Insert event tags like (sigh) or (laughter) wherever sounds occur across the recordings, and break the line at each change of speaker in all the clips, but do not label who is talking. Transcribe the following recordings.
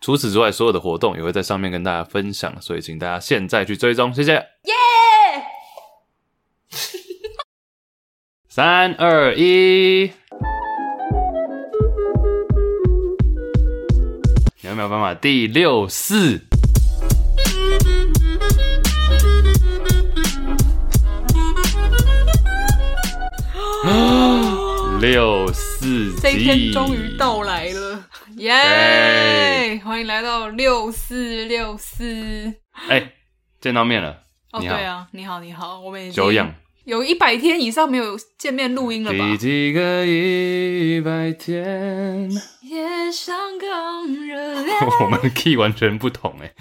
除此之外，所有的活动也会在上面跟大家分享，所以请大家现在去追踪，谢谢。
耶！
三二一，你有没有办法？第六
(gasps)
四，六四集，
这一天终于到来了，耶、
哎
欢迎来到六四六四。
哎、见到面了，
哦，
你
对
好，
啊，你好，你好，我们已经
久仰。
有一百天以上没有见面录音了
第
吧？
几个一百天？ (laughs)
夜上刚热 (laughs) 烈，
我们的 key 完全不同哎、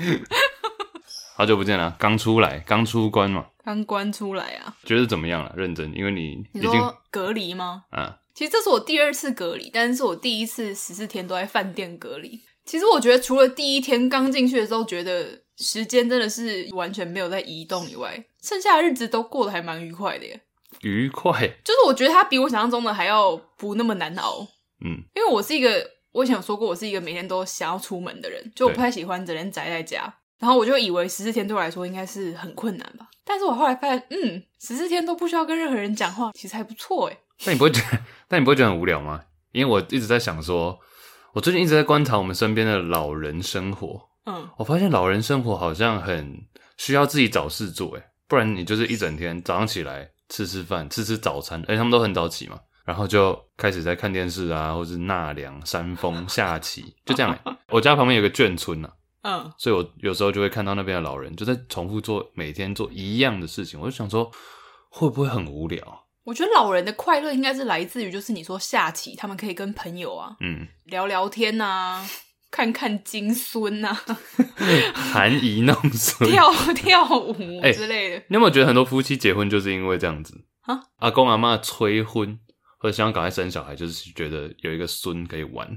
(laughs) 好久不见了，刚出来，刚出关嘛，
刚关出来啊！
觉得怎么样了？认真，因为你
你
已经
说隔离吗？
啊，
其实这是我第二次隔离，但是我第一次十四天都在饭店隔离。其实我觉得，除了第一天刚进去的时候觉得时间真的是完全没有在移动以外，剩下的日子都过得还蛮愉快的耶。
愉快，
就是我觉得它比我想象中的还要不那么难熬，
嗯，
因为我是一个，我以前有说过，我是一个每天都想要出门的人，就我
对
不太喜欢整天宅在家。然后我就以为十四天对我来说应该是很困难吧，但是我后来发现，嗯，十四天都不需要跟任何人讲话，其实还不错欸诶。
但你不会觉得， (laughs) 但你不会觉得很无聊吗？因为我一直在想说，我最近一直在观察我们身边的老人生活，
嗯，
我发现老人生活好像很需要自己找事做，哎，不然你就是一整天早上起来吃吃饭，吃吃早餐，哎，他们都很早起嘛，然后就开始在看电视啊，或是纳凉、山峰、下棋，就这样欸。我家旁边有个眷村啊，
嗯，
所以我有时候就会看到那边的老人就在重复做每天做一样的事情，我就想说会不会很无聊？
我觉得老人的快乐应该是来自于，就是你说下棋，他们可以跟朋友啊
嗯， (laughs)
聊聊天啊，看看金孙啊，
(laughs) 含饴弄孙。
跳跳舞
哎
之类的。
你有没有觉得很多夫妻结婚就是因为这样子
啊？
阿公阿妈催婚，或者想要赶快生小孩，就是觉得有一个孙可以玩。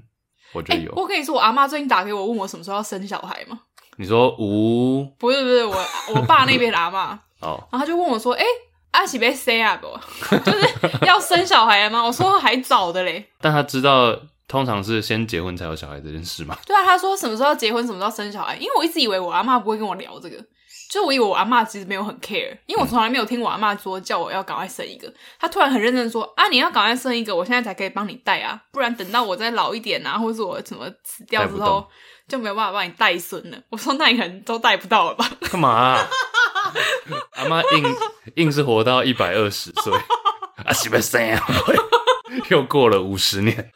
我觉
哎、
得有。
我跟你说，我阿妈最近打给我，问我什么时候要生小孩嘛？
你说无
不是不是，我我
(laughs)
爸那边的阿妈，
哦，
然后他就问我说：“哎、阿喜被生啊不？ (laughs) 就是要生小孩了吗？”我说：“还早的嘞。
但他知道通常是先结婚才有小孩这件事嘛”？
对啊，他说什么时候要结婚，什么时候要生小孩，因为我一直以为我阿妈不会跟我聊这个。就我以为我阿妈其实没有很 care，因为我从来没有听我阿妈说叫我要赶快生一个。她突然很认真地说：“啊，你要赶快生一个，我现在才可以帮你带啊，不然等到我再老一点啊，或者是我什么死掉之
带不
后
动
就没有办法帮你带孙了。”我说：“那你可能都带不到了吧？”
(laughs) 干嘛啊、 (laughs) 阿妈硬硬是活到一百二十岁，阿西贝生 (laughs) 啊，又过了五十年。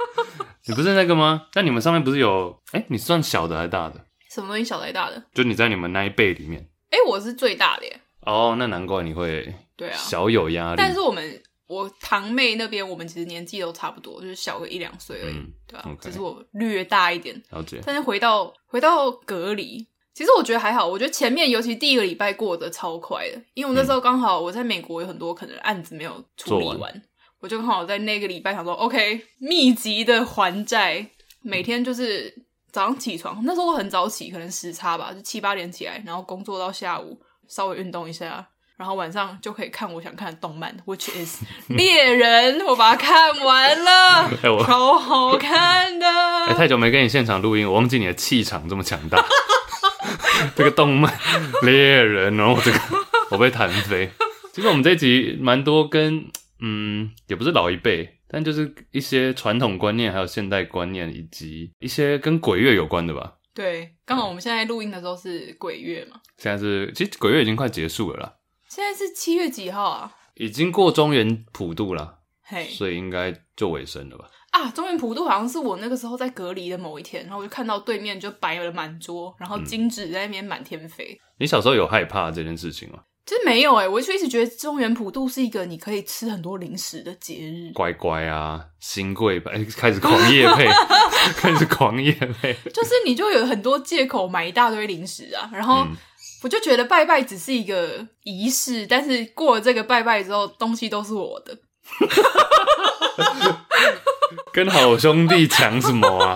你不是那个吗？但你们上面不是有？哎、你算小的还是大的？
什么东西小来大的？
就你在你们那一辈里面。
哎、我是最大的耶。
哦，那难怪你会
对啊，
小有压力。
但是我们我堂妹那边，我们其实年纪都差不多，就是小个一两岁而已，
嗯
对啊？
OK
只是我略大一点。
了解，
但是回到回到隔离，其实我觉得还好，我觉得前面尤其第一个礼拜过得超快的，因为我那时候刚好我在美国有很多可能案子没有处理
做
完，
完
我就刚好在那个礼拜想说，OK，密集的还债，每天就是早上起床，那时候我很早起，可能时差吧，就七八点起来，然后工作到下午，稍微运动一下。然后晚上就可以看我想看的动漫，which
(laughs)
is 猎人，我把它看完了，
哎我
超好看的。
哎、太久没跟你现场录音，我忘记你的气场这么强大。 (laughs) 这个动漫猎人，然后我这个 (laughs) 我被弹飞。其实我们这一集蛮多跟嗯，也不是老一辈，但就是一些传统观念，还有现代观念，以及一些跟鬼月有关的吧。
对，刚好我们现在录音的时候是鬼月嘛，
现在是其实鬼月已经快结束了啦，
现在是七月几号啊？
已经过中原普渡啦，
嘿
所以应该就尾声了吧。
啊，中原普渡好像是我那个时候在隔离的某一天，然后我就看到对面就摆了满桌，然后
嗯
金纸在那边满天飞。
你小时候有害怕这件事情吗？
其实没有哎、我就一直觉得中原普渡是一个你可以吃很多零食的节日，
乖乖啊，新贵吧，哎开始狂夜配， (laughs) 开始狂夜配。
就是你就有很多借口买一大堆零食啊，然后
嗯
我就觉得拜拜只是一个仪式，但是过了这个拜拜之后，东西都是我的。 (laughs)
跟好兄弟抢什么啊？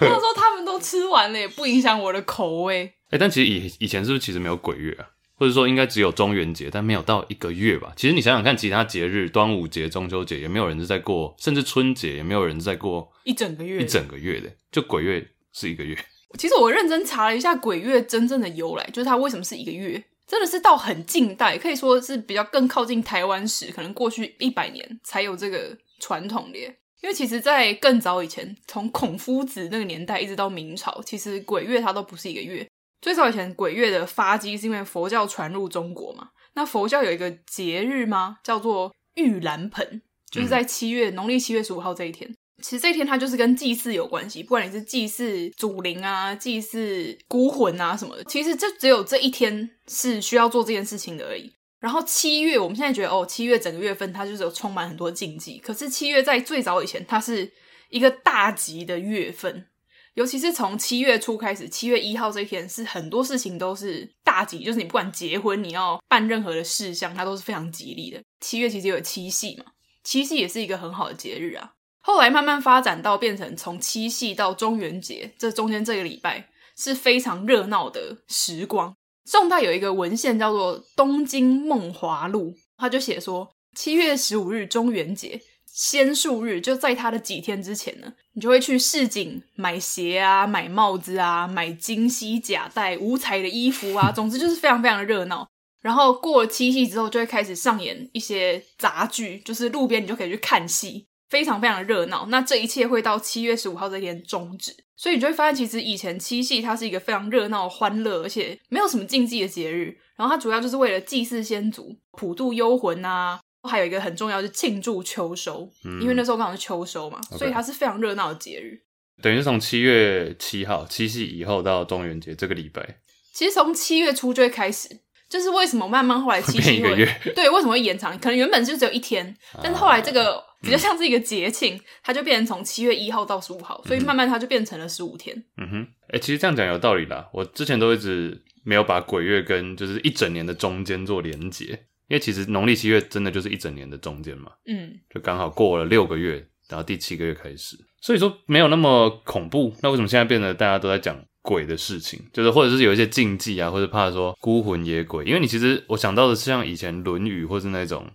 或者说他们都吃完了，也不影响我的口味。
(laughs) 哎、但其实以以前是不是其实没有鬼月啊？或者说应该只有中元节，但没有到一个月吧？其实你想想看，其他节日，端午节、中秋节也没有人是在过，甚至春节也没有人是在过
一整个月，
一整个月的，就鬼月是一个月。
其实我认真查了一下鬼月真正的由来，就是它为什么是一个月，真的是到很近代，可以说是比较更靠近台湾史，可能过去一百年才有这个传统的耶。因为其实，在更早以前，从孔夫子那个年代一直到明朝，其实鬼月它都不是一个月。最早以前，鬼月的发迹是因为佛教传入中国嘛。那佛教有一个节日吗？叫做盂兰盆，就是在七月、农历七月十五号这一天。其实这一天它就是跟祭祀有关系，不管你是祭祀祖灵啊、祭祀孤魂啊什么的，其实就只有这一天是需要做这件事情的而已。然后七月，我们现在觉得哦，七月整个月份它就是有充满很多禁忌，可是七月在最早以前，它是一个大吉的月份，尤其是从七月初开始，七月一号这一天是很多事情都是大吉，就是你不管结婚，你要办任何的事项，它都是非常吉利的。七月其实有七夕嘛，七夕也是一个很好的节日啊。后来慢慢发展到变成从七夕到中元节，这中间这个礼拜是非常热闹的时光。宋代有一个文献叫做《东京梦华录》，他就写说，七月十五日中元节仙术日，就在它的几天之前呢，你就会去市井买鞋啊、买帽子啊、买金膝甲带、五彩的衣服啊，总之就是非常非常的热闹。然后过了七夕之后，就会开始上演一些杂剧，就是路边你就可以去看戏，非常非常的热闹。那这一切会到七月十五号这一天终止，所以你就会发现，其实以前七夕它是一个非常热闹、欢乐，而且没有什么禁忌的节日。然后它主要就是为了祭祀先祖、普渡幽魂啊，还有一个很重要就是庆祝秋收，
嗯
因为那时候刚好是秋收嘛，所以它是非常热闹的节日。
等于是从七月七号七夕以后到中元节这个礼拜，
其实从七月初就会开始，就是为什么慢慢
(laughs)
后来七
变一
夕
个
会
月啊
对为什么会延长？可能原本就只有一天，但是后来这个比
嗯
较像是一个节庆，它就变成从七月一号到十五号，所以慢慢它就变成了十五天。
嗯哼，哎、其实这样讲有道理啦。我之前都一直没有把鬼月跟就是一整年的中间做连结，因为其实农历七月真的就是一整年的中间嘛，
嗯，
就刚好过了六个月，然后第七个月开始，所以说没有那么恐怖。那为什么现在变得大家都在讲鬼的事情，就是或者是有一些禁忌啊，或者怕说孤魂野鬼？因为你其实我想到的是像以前《论语》或是那种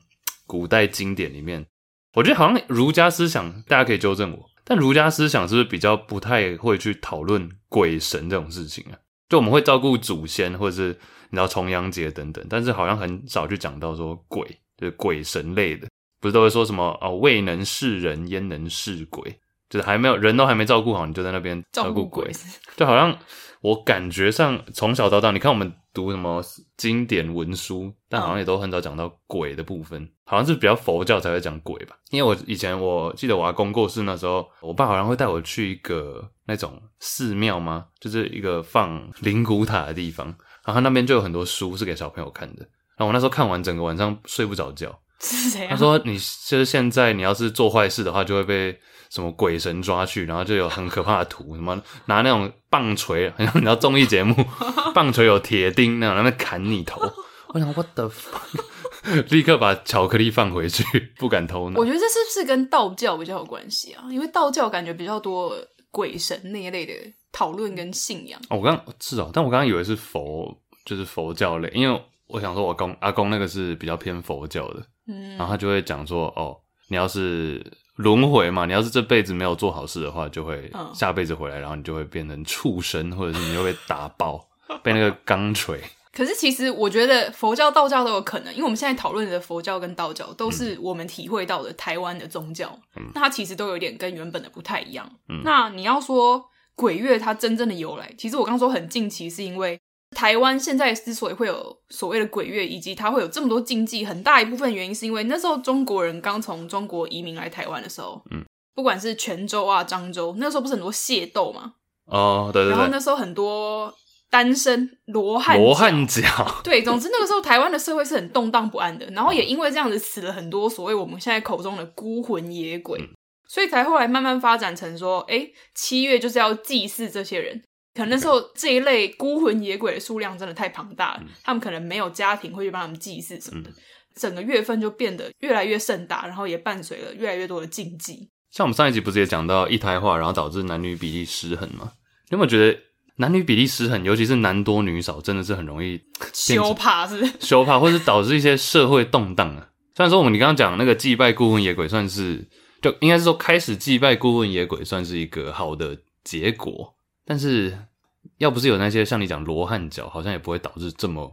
古代经典里面，我觉得好像儒家思想，大家可以纠正我，但儒家思想是不是比较不太会去讨论鬼神这种事情啊？就我们会照顾祖先，或者是你知道重阳节等等，但是好像很少去讲到说鬼，就是鬼神类的。不是都会说什么哦，未能是人，焉能是鬼？就是还没有人都还没照顾好，你就在那边
照
顾
顾鬼， (laughs)
就好像我感觉上从小到大，你看我们读什么经典文书，但好像也都很少讲到鬼的部分，好像是比较佛教才会讲鬼吧。因为我以前我记得我阿公过世那时候，我爸好像会带我去一个那种寺庙吗？就是一个放灵骨塔的地方，然后他那边就有很多书是给小朋友看的。然后我那时候看完整个晚上睡不着觉，
是谁
他
啊？
说：“你就是现在，你要是做坏事的话，就会被什么鬼神抓去，然后就有很可怕的图，什么拿那种棒槌，很像你知道综艺节目，棒槌有铁钉那种，然后在那砍你头。”我想，what the fuck，立刻把巧克力放回去，不敢偷拿
我。觉得这是不是跟道教比较有关系啊？因为道教感觉比较多鬼神那一类的讨论跟信仰。
哦，我刚是哦，但我刚刚以为是佛，就是佛教类，因为我想说我公阿公那个是比较偏佛教的，
嗯
然，后他就会讲说，哦，你要是轮回嘛，你要是这辈子没有做好事的话，就会
嗯
下辈子回来，然后你就会变成畜生，或者是你会被打
(laughs)
爆，被那个钢锤。
可是其实我觉得佛教、道教都有可能，因为我们现在讨论的佛教跟道教都是我们体会到的台湾的宗教，那它其实都有点跟原本的不太一样。
嗯
那你要说鬼月它真正的由来，其实我刚说很近期，是因为台湾现在之所以会有所谓的鬼月，以及它会有这么多禁忌，很大一部分原因是因为那时候中国人刚从中国移民来台湾的时候，
嗯，
不管是泉州啊、漳州，那时候不是很多械斗嘛，
哦，对对
然后
对，
那时候很多单身罗汉
罗
脚
汉脚，
(laughs) 对，总之那个时候台湾的社会是很动荡不安的，然后也因为这样子死了很多所谓我们现在口中的孤魂野鬼，所以才后来慢慢发展成说，哎，七月就是要祭祀这些人。可能那时候这一类孤魂野鬼的数量真的太庞大了，他们可能没有家庭会去帮他们祭祀什么的，整个月份就变得越来越盛大，然后也伴随了越来越多的禁忌。
(laughs) 像我们上一集不是也讲到一胎化，然后导致男女比例失衡嘛？你有没有觉得男女比例失衡，尤其是男多女少，真的是很容易变
修
成
帕是不是
修怕，或是导致一些社会动荡啊？虽然说我们你刚刚讲那个祭拜孤魂野鬼，算是就应该是说开始祭拜孤魂野鬼，算是一个好的结果，但是要不是有那些像你讲罗汉脚，好像也不会导致这么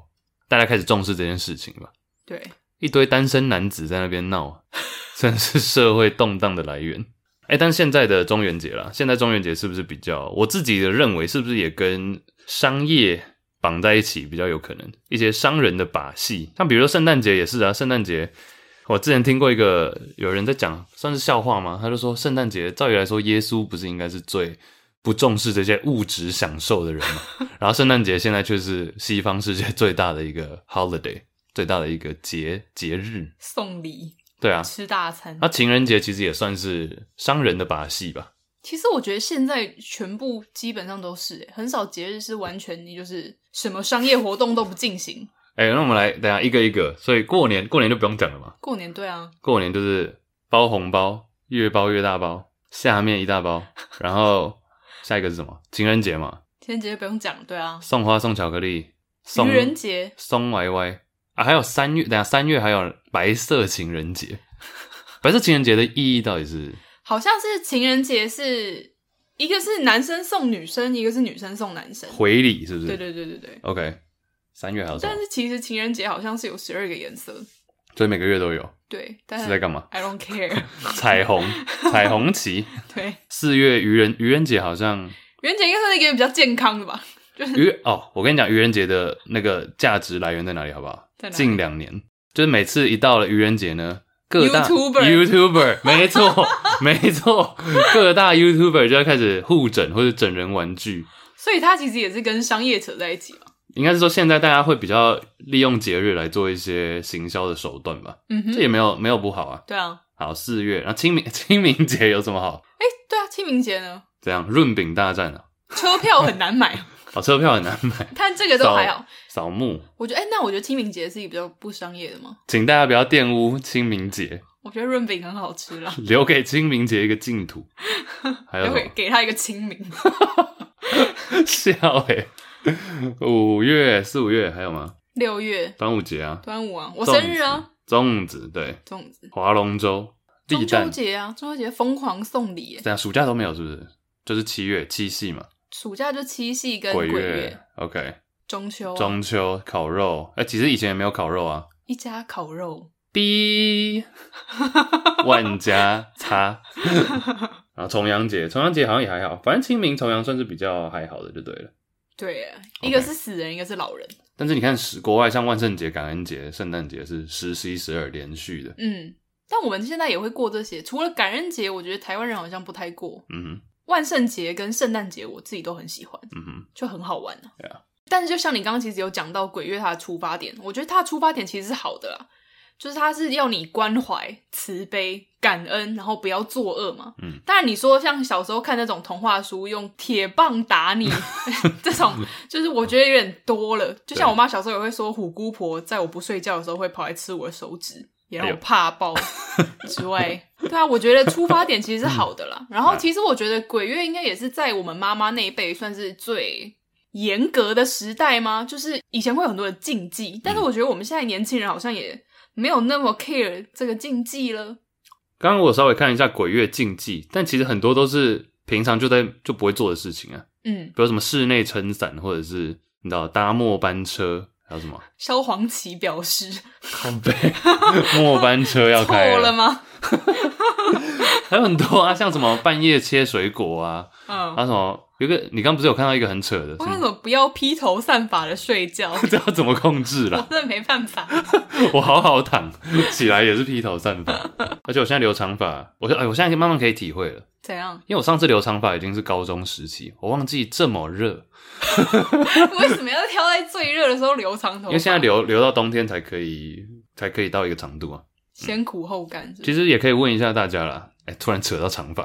大家开始重视这件事情吧？
对，
一堆单身男子在那边闹， (laughs) 真是社会动荡的来源。哎、但是现在的中元节啦，现在中元节是不是比较我自己的认为，是不是也跟商业绑在一起比较有可能？一些商人的把戏，像比如说圣诞节也是啊，圣诞节我之前听过一个有人在讲，算是笑话吗？他就说圣诞节照理来说，耶稣不是应该是最不重视这些物质享受的人吗？ (laughs) 然后圣诞节现在却是西方世界最大的一个 holiday，最大的一个节节日。
送礼、
对啊，
吃大餐。
那情人节其实也算是商人的把戏吧。
其实我觉得现在全部基本上都是、欸很少节日是完全你就是什么商业活动都不进行。
哎、那我们来等一下一个一个。所以过年过年就不用讲了嘛，
过年对啊，
过年就是包红包，越包越大包，下面一大包，然后下一个是什么？情人节嘛，
情人节不用讲了对啊，
送花送巧克力，送
愚人节
松歪歪啊，还有三月，等一下三月还有白色情人节。白色情人节的意义到底是？
好像是情人节是一个是男生送女生，一个是女生送男生。
回礼是不是？
对对对对对。
OK，三月还有什么
但？是其实情人节好像是有十二个颜色，
所以每个月都有，
对，但
是在干嘛？
I don't care。 (laughs)
彩虹，彩虹旗。
对，
四月愚人愚人节好像
愚人节应该算是一个比较健康的吧？
愚哦，我跟你讲，愚人节的那个价值来源在哪里，好不好
在？哪里
近两年，就是每次一到了愚人节呢，各大
YouTuber
YouTuber 没错 (laughs) 没错，各大 YouTuber 就要开始互整或者整人玩具。
所以它其实也是跟商业扯在一起嘛。
应该是说，现在大家会比较利用节日来做一些行销的手段吧，
嗯
这
哼，
也没有没有不好啊。
对啊，
好，四月，然后清明清明节有什么好？
哎、对啊，清明节呢，
怎样润饼大战啊？
车票很难买，
哦，车票很难买，
但这个都还好。
扫墓，
我觉得，哎、那我觉得清明节是一个比较不商业的嘛。
请大家不要玷污清明节，
我觉得润饼很好吃啦，
留给清明节一个净
(laughs)
土。 (laughs) 还有
留
什
给
么？
给他一个清明。
(laughs) 笑哎、五月四五月还有吗？
六月
端午节啊，
端午啊，我生日啊，
粽子，粽子对，
粽子。
划龙舟，
中
立
秋
蛋，
节啊，中秋节疯狂送礼耶，
等下暑假都没有是不是？就是七月七夕嘛，
暑假就七夕跟
鬼
鬼
月，OK，
中秋啊、
中秋烤肉，哎、其实以前也没有烤肉啊。
一家烤肉，
B 万家
(laughs)
叉，然后重阳节，重阳节好像也还好，反正清明、重阳算是比较还好的就对了。
对耶，
OK
一个是死人，一个是老人。
但是你看，十国外像万圣节、感恩节、圣诞节是十、十一、十二连续的，
嗯，但我们现在也会过这些，除了感恩节，我觉得台湾人好像不太过。
嗯
万圣节跟圣诞节我自己都很喜欢，
哼，嗯哼，
就很好玩啊。
Yeah
但是就像你刚刚其实有讲到鬼月它的出发点，我觉得它的出发点其实是好的啦，就是它是要你关怀、慈悲、感恩，然后不要作恶嘛。
嗯，
当然你说像小时候看那种童话书，用铁棒打你 (laughs) 这种，就是我觉得有点
(laughs)
多了。就像我妈小时候也会说，虎姑婆在我不睡觉的时候会跑来吃我的手指。也让
哎
我
呦
怕爆之外，对啊，我觉得出发点其实是好的
嗯
啦。然后其实我觉得鬼月应该也是在我们妈妈那一辈算是最严格的时代吗？就是以前会有很多的禁忌，
嗯
但是我觉得我们现在年轻人好像也没有那么 care 这个禁忌了。
刚刚我稍微看一下鬼月禁忌，但其实很多都是平常就在就不会做的事情啊，
嗯，
比如什么室内撑伞，或者是你知道搭末班车，还有什么
萧煌奇表示
靠背 (laughs) 末班车要
(laughs) 错
开啊
了吗？
还有很多啊，像什么半夜切水果啊，
嗯
还，有什么有一个你刚不是有看到一个很扯的，什
我看
么
什么不要披头散发的睡觉，
(laughs)
(laughs)
不知道怎么控制
我
啦，
真的没办法。 (laughs)
我好好躺起来也是披头散发，而且我现在留长发，我就哎，我现在慢慢可以体会了，
怎样？
因为我上次留长发已经是高中时期，我忘记这么热，
为什么要挑在最热的时候留长头发？
因为现在留留到冬天才可以才可以到一个长度啊。
先苦后甘是不是
其实也可以问一下大家啦，哎，突然扯到长发，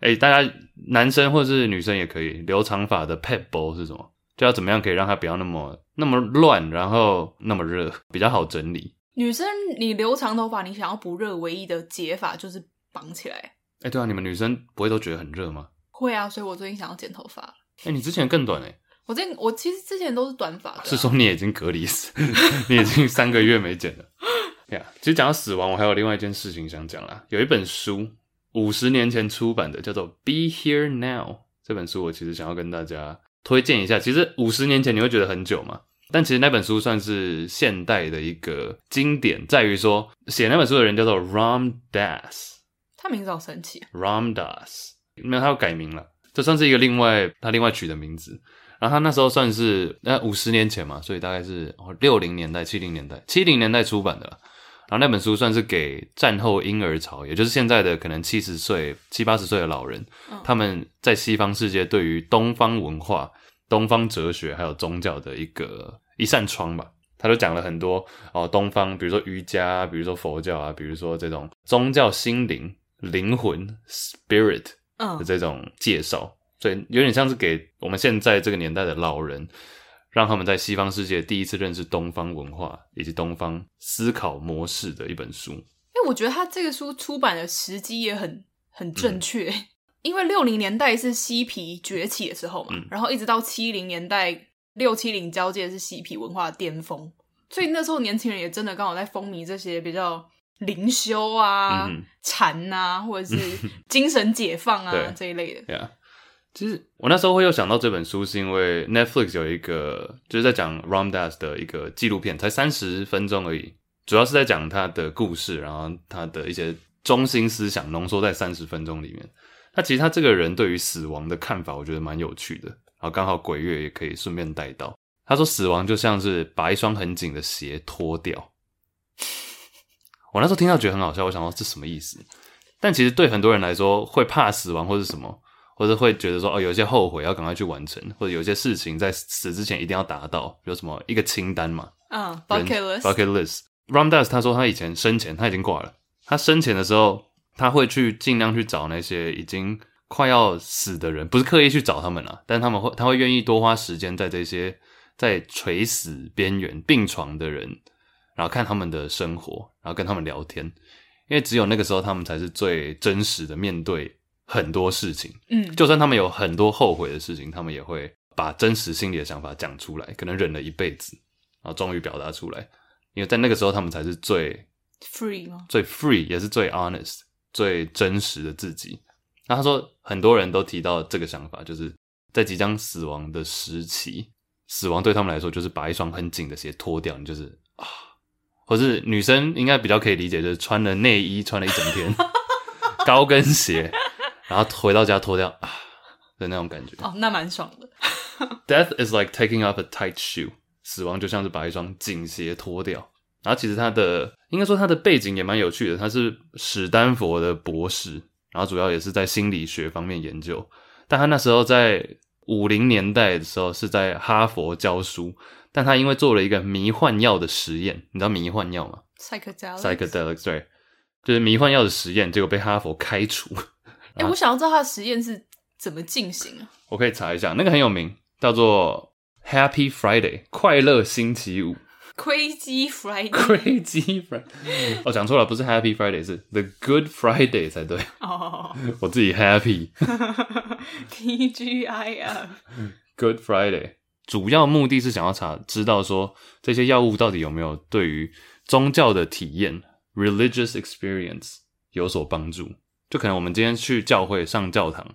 哎、 (laughs) 哎、大家男生或是女生也可以，留长发的 pet ball 是什么？就要怎么样可以让它不要那么那么乱，然后那么热，比较好整理。
女生你留长头发，你想要不热，唯一的解法就是绑起来。
哎、对啊，你们女生不会都觉得很热吗？
会啊，所以我最近想要剪头发。
哎、你之前更短哎、
我之前我其实之前都是短发的啊、
是说你已经隔离死， (laughs) 你已经三个月没剪了。呀、其实讲到死亡，我还有另外一件事情想讲啦。有一本书，五十年前出版的，叫做《Be Here Now》这本书，我其实想要跟大家推荐一下。其实五十年前你会觉得很久嘛，但其实那本书算是现代的一个经典，在于说写那本书的人叫做 Ram Dass。
他名字好神奇啊、
Ram Das，没有，他要改名了，这算是一个另外他另外取的名字。然后他那时候算是那五十年前嘛，所以大概是哦六零年代、七零年代、七零年代出版的啦。然后那本书算是给战后婴儿潮，也就是现在的可能七十岁、七八十岁的老人，
嗯
他们在西方世界对于东方文化、东方哲学还有宗教的一个一扇窗吧。他就讲了很多哦，东方，比如说瑜伽啊，比如说佛教啊，比如说这种宗教心灵、灵魂 （spirit） 的
嗯，
这种介绍，所以有点像是给我们现在这个年代的老人，让他们在西方世界第一次认识东方文化以及东方思考模式的一本书。
哎、我觉得他这个书出版的时机也很很正确，
嗯
因为六零年代是嬉皮崛起的时候嘛，
嗯
然后一直到七零年代六七零交界是嬉皮文化的巅峰，所以那时候年轻人也真的刚好在风靡这些比较灵修
嗯
啊
哼、
禅、啊，或者是精神解放
(laughs)
啊
对
这一类的。
对啊，其实我那时候会有想到这本书，是因为 Netflix 有一个就是在讲 Ram Dass 的一个纪录片，才三十分钟而已，主要是在讲他的故事，然后他的一些中心思想浓缩在三十分钟里面。那其实他这个人对于死亡的看法，我觉得蛮有趣的。然后刚好鬼月也可以顺便带到。他说，死亡就像是把一双很紧的鞋脱掉。我那时候听到觉得很好笑，我想说这什么意思？但其实对很多人来说，会怕死亡或是什么，或者会觉得说哦，有一些后悔要赶快去完成，或者有一些事情在死之前一定要达到，有什么一个清单嘛
嗯，bucket list，
bucket list。Ram Dass 他说他以前生前他已经挂了，他生前的时候他会去尽量去找那些已经快要死的人，不是刻意去找他们啊，但他们会他会愿意多花时间在这些在垂死边缘病床的人，然后看他们的生活，然后跟他们聊天，因为只有那个时候他们才是最真实的面对很多事情。
嗯，
就算他们有很多后悔的事情，他们也会把真实心里的想法讲出来，可能忍了一辈子，然后终于表达出来，因为在那个时候他们才是最
free 吗？
最 free，也是最 honest、最真实的自己。那他说，很多人都提到这个想法，就是在即将死亡的时期，死亡对他们来说就是把一双很紧的鞋脱掉，你就是啊，或是女生应该比较可以理解，就是穿了内衣穿了一整天， (laughs) 高跟鞋，然后回到家脱掉啊的那种感觉。
哦，那蛮爽的。
Death is like taking off a tight shoe，死亡就像是把一双紧鞋脱掉。然后其实他的应该说他的背景也蛮有趣的，他是史丹佛的博士，然后主要也是在心理学方面研究。但他那时候在五零年代的时候是在哈佛教书，但他因为做了一个迷幻药的实验，你知道迷幻药吗？
psychedelic。
psychedelics 对，就是迷幻药的实验，结果被哈佛开除。 (laughs)
哎、我想要知道他的实验是怎么进行啊？
我可以查一下，那个很有名，叫做 Happy Friday 快乐星期五 (laughs)
Crazy Friday。 (laughs)
Crazy Friday。哦，讲错了，不是 Happy Friday，是 The Good Friday 才对。 (laughs)
哦
我自己 Happy
，T G I F。
Good Friday，主要目的是想要查知道说这些药物到底有没有对于宗教的体验 （religious experience） 有所帮助。就可能我们今天去教会上教堂，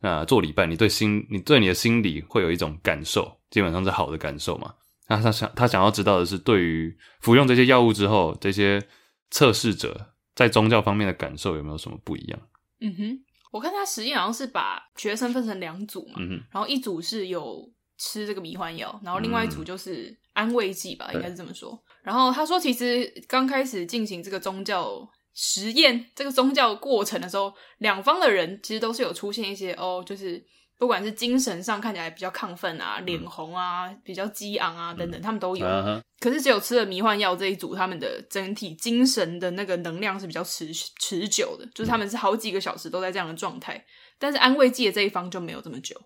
那做礼拜，你对心，你对你的心理会有一种感受，基本上是好的感受嘛。那他想他想要知道的是，对于服用这些药物之后，这些测试者在宗教方面的感受有没有什么不一样？
嗯哼，我看他实验好像是把学生分成两组嘛，
嗯哼，
然后一组是有吃这个迷幻药，然后另外一组就是安慰剂吧，
嗯对
应该是这么说。然后他说，其实刚开始进行这个宗教实验，这个宗教过程的时候，两方的人其实都是有出现一些哦，就是不管是精神上看起来比较亢奋啊、脸红啊、比较激昂啊等等，他们都有。
嗯啊哈，
可是只有吃了迷幻药这一组，他们的整体精神的那个能量是比较持持久的，
嗯
就是他们是好几个小时都在这样的状态。但是安慰剂的这一方就没有这么久。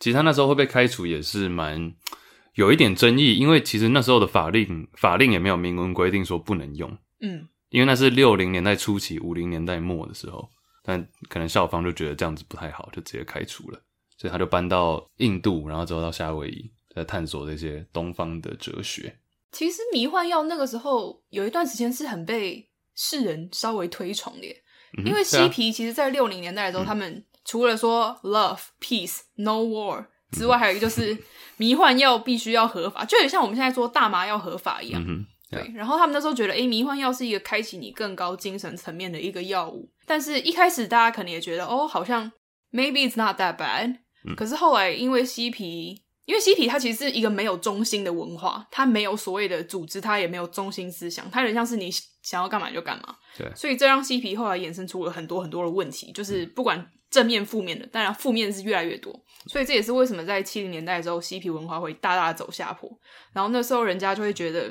其实他那时候会被开除也是蛮有一点争议，因为其实那时候的法令法令也没有明文规定说不能用，
嗯，
因为那是六零年代初期、五零年代末的时候，但可能校方就觉得这样子不太好，就直接开除了，所以他就搬到印度，然后之后到夏威夷，在探索这些东方的哲学。
其实迷幻药那个时候有一段时间是很被世人稍微推崇的耶，
嗯哼
因为
对啊嗯
嬉皮其实，在六零年代的时候，他们除了说 love peace no war
嗯
之外，还有一个就是迷幻药必须要合法，就很像我们现在说大麻要合法一样
嗯。哼，对啊
对，然后他们那时候觉得，诶，迷幻药是一个开启你更高精神层面的一个药物，但是一开始大家可能也觉得，哦，好像 maybe it's not that bad，、
嗯
可是后来因为嬉皮，因为嬉皮它其实是一个没有中心的文化，它没有所谓的组织，它也没有中心思想，它很像是你想要干嘛就干嘛，
对嗯
所以这让嬉皮后来衍生出了很多很多的问题，就是不管正面负面的，当然负面是越来越多，所以这也是为什么在七零年代的时候，嬉皮文化会大大地走下坡。然后那时候人家就会觉得，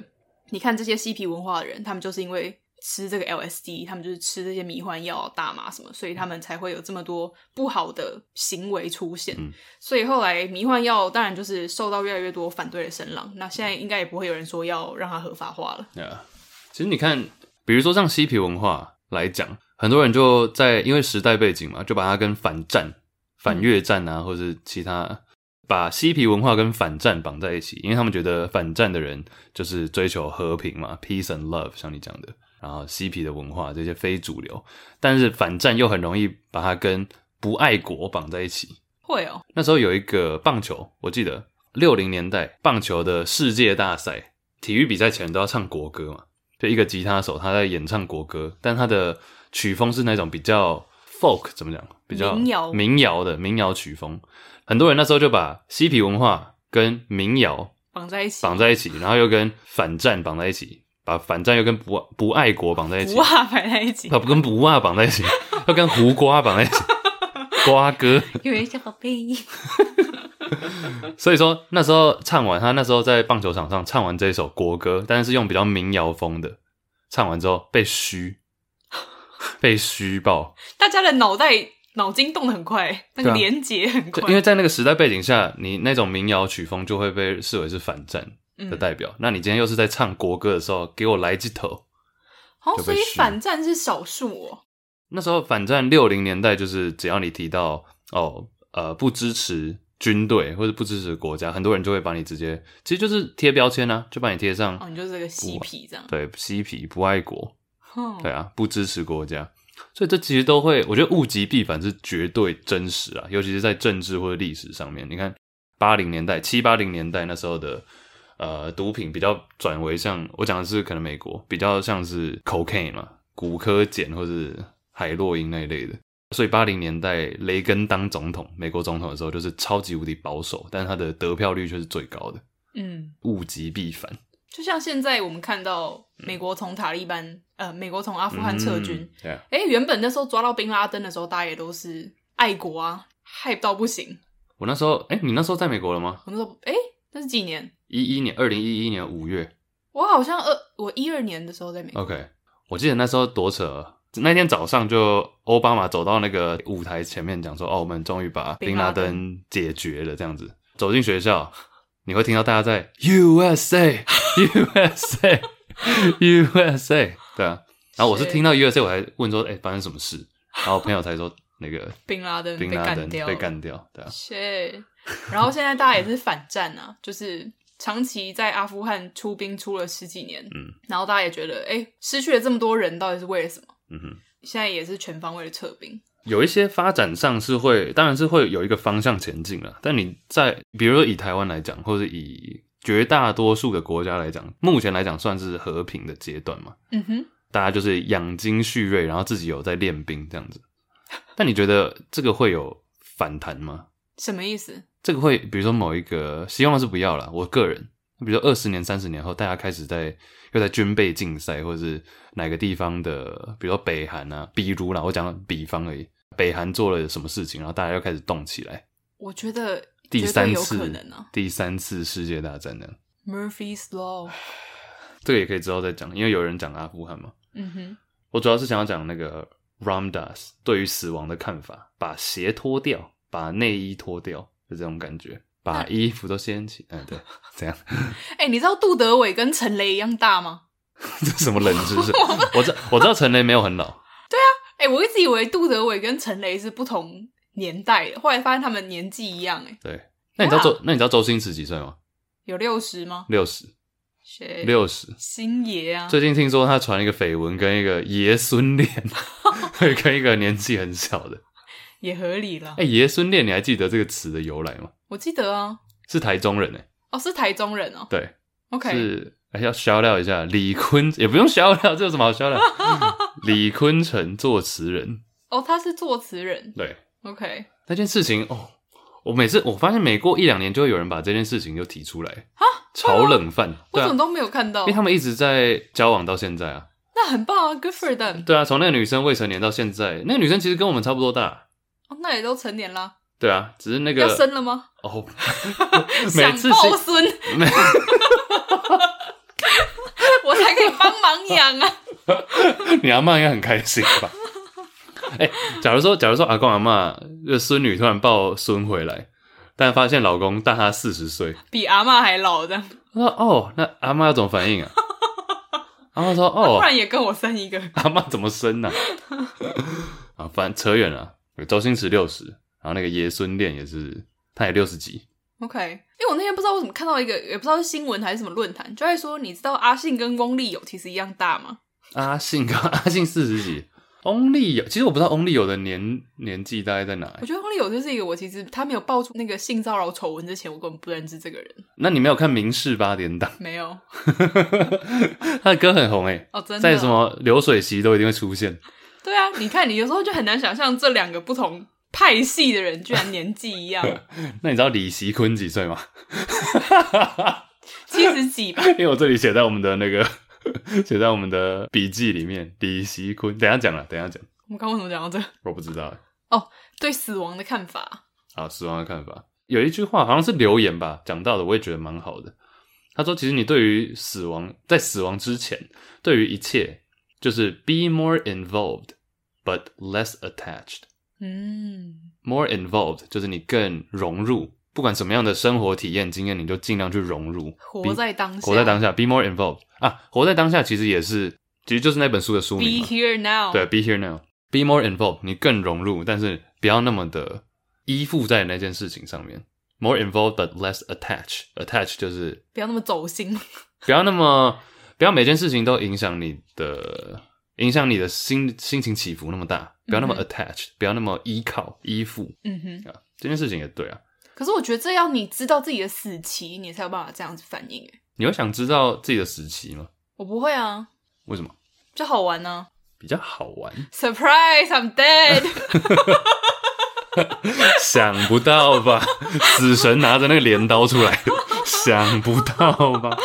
你看这些嬉皮文化的人，他们就是因为吃这个 LSD，他们就是吃这些迷幻药、大麻什么，所以他们才会有这么多不好的行为出现。
嗯
所以后来迷幻药当然就是受到越来越多反对的声浪。那现在应该也不会有人说要让它合法化了。
Yeah. 其实你看，比如说像嬉皮文化来讲，很多人就在因为时代背景嘛，就把它跟反战、反越战啊，或者是其他把嬉皮文化跟反战绑在一起，因为他们觉得反战的人就是追求和平嘛，peace and love，像你讲的，然后嬉皮的文化这些非主流，但是反战又很容易把它跟不爱国绑在一起，
会哦，
那时候有一个棒球，我记得六零年代棒球的世界大赛，体育比赛前都要唱国歌嘛，就一个吉他手他在演唱国歌，但他的曲风是那种比较 folk 怎么讲，比较
民谣
民谣的民谣曲风。很多人那时候就把嬉皮文化跟民谣
绑在一起，
绑在一起，然后又跟反战绑在一起，把反战又跟不不爱国绑在一起
不， (laughs) 怕摆在一起，
啊，不跟不啊绑在一起，要跟胡瓜绑在
(laughs)
一起，瓜哥。
因为像宝贝。
所以说那时候唱完，他那时候在棒球场上唱完这首国歌，但是用比较民谣风的，唱完之后被虚， (laughs) 被虚爆。
大家的脑袋脑筋动得很快，
对
那个
啊
连接很
对
快，
因为在那个时代背景下，你那种民谣曲风就会被视为是反战
嗯
的代表。那你今天又是在唱国歌的时候，给我来几头。
好、
就被
所以
虚
反战是少数哦。
那时候反战六零年代，就是只要你提到哦呃不支持军队或者不支持国家，很多人就会把你直接，其实就是贴标签啊，就把你贴上、
哦，你就是这个嬉皮这样。
啊对嬉皮不爱国。
哦
对啊，不支持国家，所以这其实都会，我觉得物极必反是绝对真实啊，尤其是在政治或者历史上面。你看八零年代、七八零年代那时候的呃，毒品比较转为像我讲的是可能美国比较像是 cocaine 嘛，骨科碱或是海洛因那一类的。所以八零年代雷根当总统，美国总统的时候就是超级无敌保守，但是他的得票率却是最高的，
嗯，
物极必反。
就像现在我们看到美国从塔利班，呃，美国从阿富汗撤军
嗯，，对啊，
诶，原本那时候抓到宾拉登的时候，大家也都是爱国啊，害到不行。
我那时候，哎、你那时候在美国了吗？
我那时候，诶，那是几年？
一一年，二零一一年五月。
我好像二，我一二年的时候在美国。
OK，我记得那时候多扯，那天早上就奥巴马走到那个舞台前面讲说：“哦，我们终于把
宾
宾
拉
拉
登
登解决了。”这样子走进学校，你会听到大家在 (laughs) USA (laughs) USA USA，对啊。然后我是
是
听到 USA，我还问说：“哎、发生什么事？”然后我朋友才说：“那个
宾拉登
宾
(laughs) 被
拉
干
登
掉
被
了
干掉。”对啊，
是，然后现在大家也是反战啊， (laughs) 就是长期在阿富汗出兵出了十几年，
嗯，
然后大家也觉得，哎、失去了这么多人，到底是为了什么？
嗯哼。
现在也是全方位的撤兵，
有一些发展上是会，当然是会有一个方向前进了。但你在比如说以台湾来讲，或者以绝大多数的国家来讲，目前来讲算是和平的阶段嘛，
嗯哼，
大家就是养精蓄锐，然后自己有在练兵这样子。但你觉得这个会有反弹吗？
什么意思？
这个会，比如说某一个，希望是不要啦，我个人，比如说二十年、三十年后，大家开始在又在军备竞赛，或者是哪个地方的，比如说北韩啊，比如啦，我讲比方而已，北韩做了什么事情，然后大家又开始动起来，
我觉得
第
绝对
三
有
次
可能啊
第三次世界大战呢？
，Murphy's Law，
这个也可以之后再讲，因为有人讲阿富汗嘛。
(laughs) 嗯哼，
我主要是想要讲那个 Ramdas 对于死亡的看法，把鞋脱掉，把内衣脱掉的这种感觉，把衣服都掀起。嗯，对，这样
哎、你知道杜德伟跟陈雷一样大吗？
(laughs) 这是什么冷知识？我知我知道陈雷没有很老，
哎、我一直以为杜德伟跟陈雷是不同年代的，后来发现他们年纪一样、哎，
对。那你知道周那你知道周星驰几岁吗？
有六十吗？
六十，
谁？
六十。
星爷啊，
最近听说他传一个绯闻，跟一个爷孙
(laughs)
恋，对跟一个年纪很小的。
也合理啦。
哎、爷孙恋，你还记得这个词的由来吗？
我记得啊，
是台中人哎、
哦，是台中人哦。
对
OK，
是哎要 shout out 一下李坤，也不用 shout out，这有什么好 shout
(laughs)
out？李嗯坤城作词人，
哦，他是作词人。
对
OK，
那件事情哦，我每次我发现每过一两年就会有人把这件事情就提出来啊，炒冷饭，
我
对
怎
啊
么，都没有看到
因为？他们一直在交往到现在啊，
那很棒啊，Good for them。
对啊，从那个女生未成年到现在，那个女生其实跟我们差不多大，
哦，那也都成年啦，
对啊，只是那
要
个
生了吗？ (laughs)
哦，每
想
次
抱
新
孙，
每
(laughs) 我才可以帮忙养啊。
你阿妈应该很开心
(laughs)
吧？哎、假如说，假如说阿公阿妈的孙女突然抱孙回来，但发现老公大她四十岁，
比阿嬷还老的，
她说：“哦，那阿妈要怎么反应啊？”阿妈说：“
(laughs) 不
哦，
然也跟我生一个。
阿妈怎么生呢、 (laughs) 啊？”啊，反正扯远了。周星驰六十，然后那个爷孙恋也是，他也六十几。
OK，因为我那天不知道为什么看到一个，也不知道是新闻还是什么论坛，就在说，你知道阿信跟翁立友其实一样大吗？
阿信 (laughs) 跟阿信四十几，翁立友，其实我不知道翁立友的年年纪大概在哪、
我觉得翁立友就是一个我其实他没有爆出那个性骚扰丑闻之前，我根本不认识这个人。
那你没有看《明视八点档，
没有》
他的歌很红哎、
哦，真的
在什？么流水席都一定会出现。
对啊，你看，你有时候就很难想象这两个不同派系的人居然年纪
(laughs)
一样，
那你知道李习坤几岁吗？ (laughs)
七十几吧？
因为我这里写在我们的那个 (laughs) 写在我们的笔记里面，李习坤。等一下讲了，等一下讲，
我们刚刚为什么讲到这？
我不知道欸。
对死亡的看法，
好，死亡的看法有一句话好像是留言吧，讲到的，我也觉得蛮好的。他说：“其实你对于死亡，在死亡之前，对于一切，就是 be more involved but less attached。
嗯
more involved 就是你更融入，不管什么样的生活体验经验，你就尽量去融入，
活在当下
活在当下，be more involved 啊，活在当下其实也是，其实就是那本书的书名
，Be
嘛，
here now，
啊对，be here now，be more involved，你更融入，但是不要那么的依附在那件事情上面，more involved but less attach，attach 就是
不要那么走心。
不要那么不要每件事情都影响你的影响你的心心情起伏那么大，不要那么
嗯哼
attached，、不要那么依靠依附
嗯哼，
啊，这件事情也对啊。
可是我觉得这要你知道自己的死期，你才有办法这样子反应。哎，
你会想知道自己的时期吗？
我不会啊，
为什么？
比较好玩呢、，
比较好玩 (laughs)
Surprise，I'm dead 。
想不到吧？ (laughs) 死神拿着那个镰刀出来，想不到吧？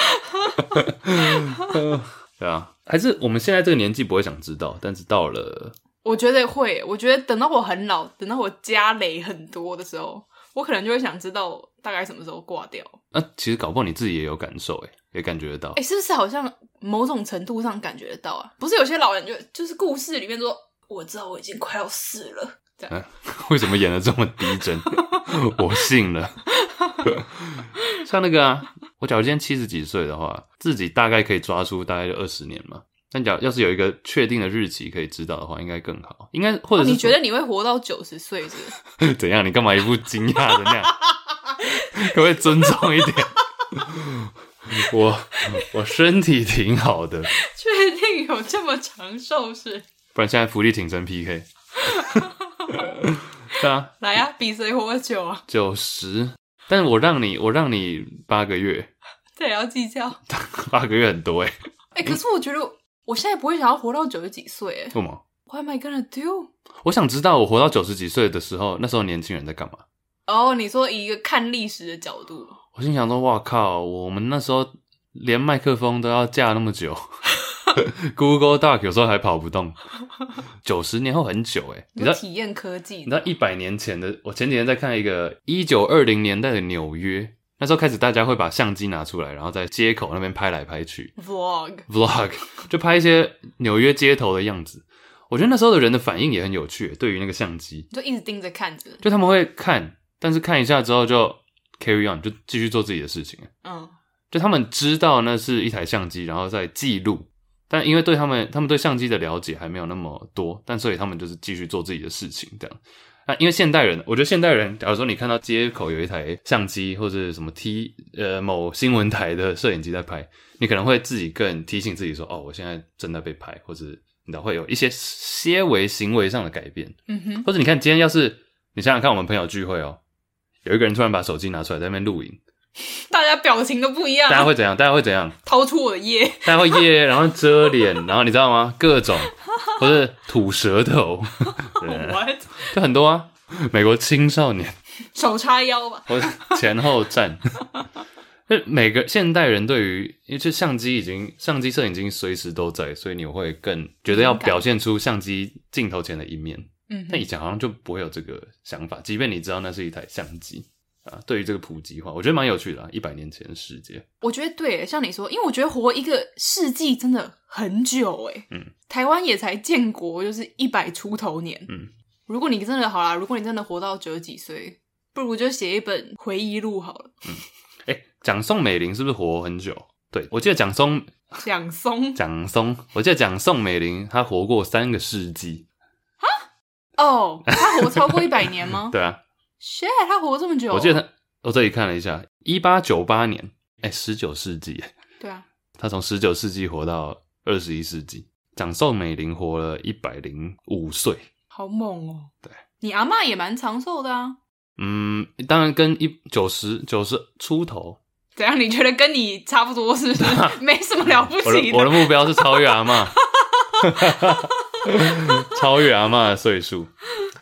(laughs) 对啊，还是我们现在这个年纪不会想知道，但是到了
我觉得会，我觉得等到我很老，等到我家累很多的时候，我可能就会想知道大概什么时候挂掉。
那、其实搞不好你自己也有感受，哎，也感觉得到
哎、。是不是好像某种程度上感觉得到啊？不是有些老人就就是故事里面说，我知道我已经快要死了，这样。
嗯为什么演的这么逼
(laughs)
真？我信了。像那个啊，我假如今天七十几岁的话，自己大概可以抓出大概就二十年嘛。但假如要是有一个确定的日期可以知道的话，应该更好。应该或
哦
者是、
你觉得你会活到九十岁是不是？
得 (laughs) 怎样？你干嘛一副惊讶的那样？ (laughs) 可不可以尊重一点？ (laughs) 我我身体挺好的，
确定有这么长寿是？
不然现在福利挺身 PK。对啊，
来啊，比谁活久啊？
九十，但是我让你我让你八个月。
这也要计较。
八个月很多哎、欸，
哎、可是我觉得我现在不会想要活到九十几岁。哎
为什么？
，What am I gonna do？
我想知道我活到九十几岁的时候，那时候年轻人在干嘛？
哦、你说以一个看历史的角度，
我心想说，哇靠，我们那时候连麦克风都要架那么久， Google Doc 有时候还跑不动。九十年后很久哎、你
你
知
说
道
体验科技
你知道一百年前的，我前几天在看一个一九二零年代的纽约，那时候开始大家会把相机拿出来，然后在街口那边拍来拍去
vlog，
，vlog (laughs) 就拍一些纽约街头的样子。我觉得那时候的人的反应也很有趣，欸对于那个相机，
就一直盯着看着，
就他们会看，但是看一下之后就 carry on，就继续做自己的事情。
嗯，
就他们知道那是一台相机，然后在记录，但因为对他们他们对相机的了解还没有那么多，但所以他们就是继续做自己的事情这样。啊，因为现代人，我觉得现代人，假如说你看到街口有一台相机或者什么 T 呃某新呃闻台的摄影机在拍，你可能会自己更提醒自己说，哦，我现在正在被拍，或者你知道会有一些些微行为上的改变。
嗯哼，
或者你看，今天要是你想想看，我们朋友聚会哦，有一个人突然把手机拿出来在那边录影，
大家表情都不一样，
大家会怎样？大家会怎样？
掏出我的耶，
大家会耶，然后遮脸，然后你知道
(laughs)
吗？各种或者吐舌头，
(laughs) 我
就很多啊。美国青少年
手叉腰吧，
或者前后
(laughs)
站，就每个现代人对于，因为这相机已经，相机摄影已经随时都在，所以你会更觉得要
敏感
表现出相机镜头前的一面。
嗯
但以
哼，
前好像就不会有这个想法，即便你知道那是一台相机啊。对于这个普及化，我觉得蛮有趣的、啊。一百年前的世界，
我觉得对，像你说，因为我觉得活一个世纪真的很久哎，
嗯，
台湾也才建国就是一百出头年，
嗯，
如果你真的好啦，如果你真的活到九十几岁，不如就写一本回忆录好了，
哎、蒋宋美龄是不是活很久？对，我记得蒋宋 (laughs)
蒋松
蒋松，我记得蒋宋美龄她活过三个世纪，
哦，他活超过一百年吗？
(laughs) 对啊，
shit，他活这么久，
我记得她，我这里看了一下，一八九八年，哎、十九世纪耶，
对啊，
她从十九世纪活到二十一世纪，蒋宋美龄活了一百零五岁，
好猛哦。
对，
你阿嬷也蛮长寿的啊。
嗯，当然跟一九十九十出头，
怎样？你觉得跟你差不
(laughs)
多是不是？没什么了不啊
我
起
的我
的。
的目标是超越阿嬷， (laughs) 超越阿嬷的岁数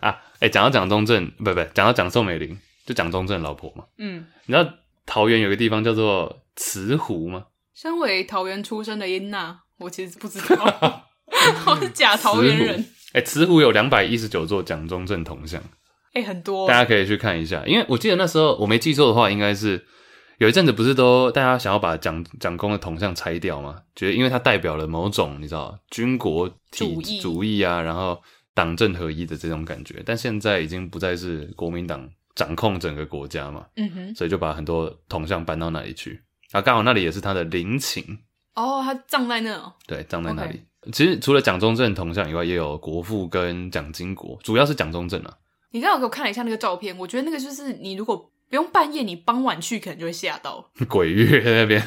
啊！哎、讲到蒋中正，不不，讲到蒋宋美龄，就蒋中正老婆嘛。
嗯，
你知道桃园有个地方叫做慈湖吗？
身为桃园出生的英娜，我其实不知
(laughs)
道，我是假桃园
慈
人
湖。。哎、慈湖有两百一十九座蒋中正铜像，
哎、很多
大家可以去看一下。因为我记得那时候我没记错的话，应该是有一阵子不是都大家想要把蒋蒋公的铜像拆掉吗？觉得因为它代表了某种你知道军国体
主义
主义啊，然后党政合一的这种感觉。但现在已经不再是国民党掌控整个国家嘛，
嗯哼，
所以就把很多铜像搬到那里去。啊，刚好那里也是他的陵寝，
哦，他葬在那哦，
对，葬在那里。其实除了蒋中正铜像以外，也有国父跟蒋经国，主要是蒋中正啊。 (laughs)
你刚好给我看了一下那个照片，我觉得那个就是你如果不用半夜，你傍晚去可能就会吓到，
鬼月在那边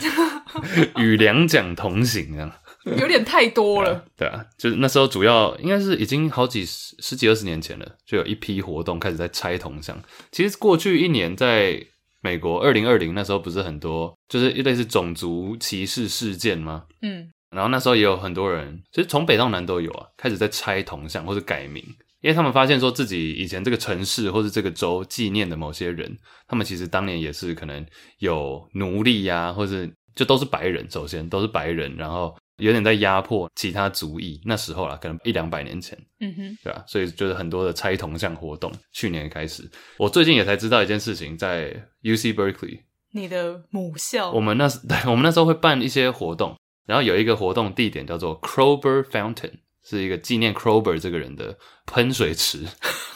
与两蒋同行这样。
有点太多
(laughs)
了。
对啊，就是那时候主要应该是已经好几十十几二十年前了，就有一批活动开始在拆铜像。其实过去一年在美国二零二零那时候不是很多，就是类似种族歧视事件吗？
嗯，
然后那时候也有很多人，其实从北到南都有啊，开始在拆铜像或者改名，因为他们发现说自己以前这个城市或是这个州纪念的某些人，他们其实当年也是可能有奴隶呀、或是就都是白人，首先都是白人，然后有点在压迫其他族裔。那时候啦，可能一两百年前，
嗯哼，
对吧、所以就是很多的拆铜像活动，去年开始，我最近也才知道一件事情，在 UC Berkeley
你的母校，
我们那时 (laughs) 对，我们那时候会办一些活动，然后有一个活动地点叫做 Krober Fountain，是一个纪念 Krober 这个人的喷水池，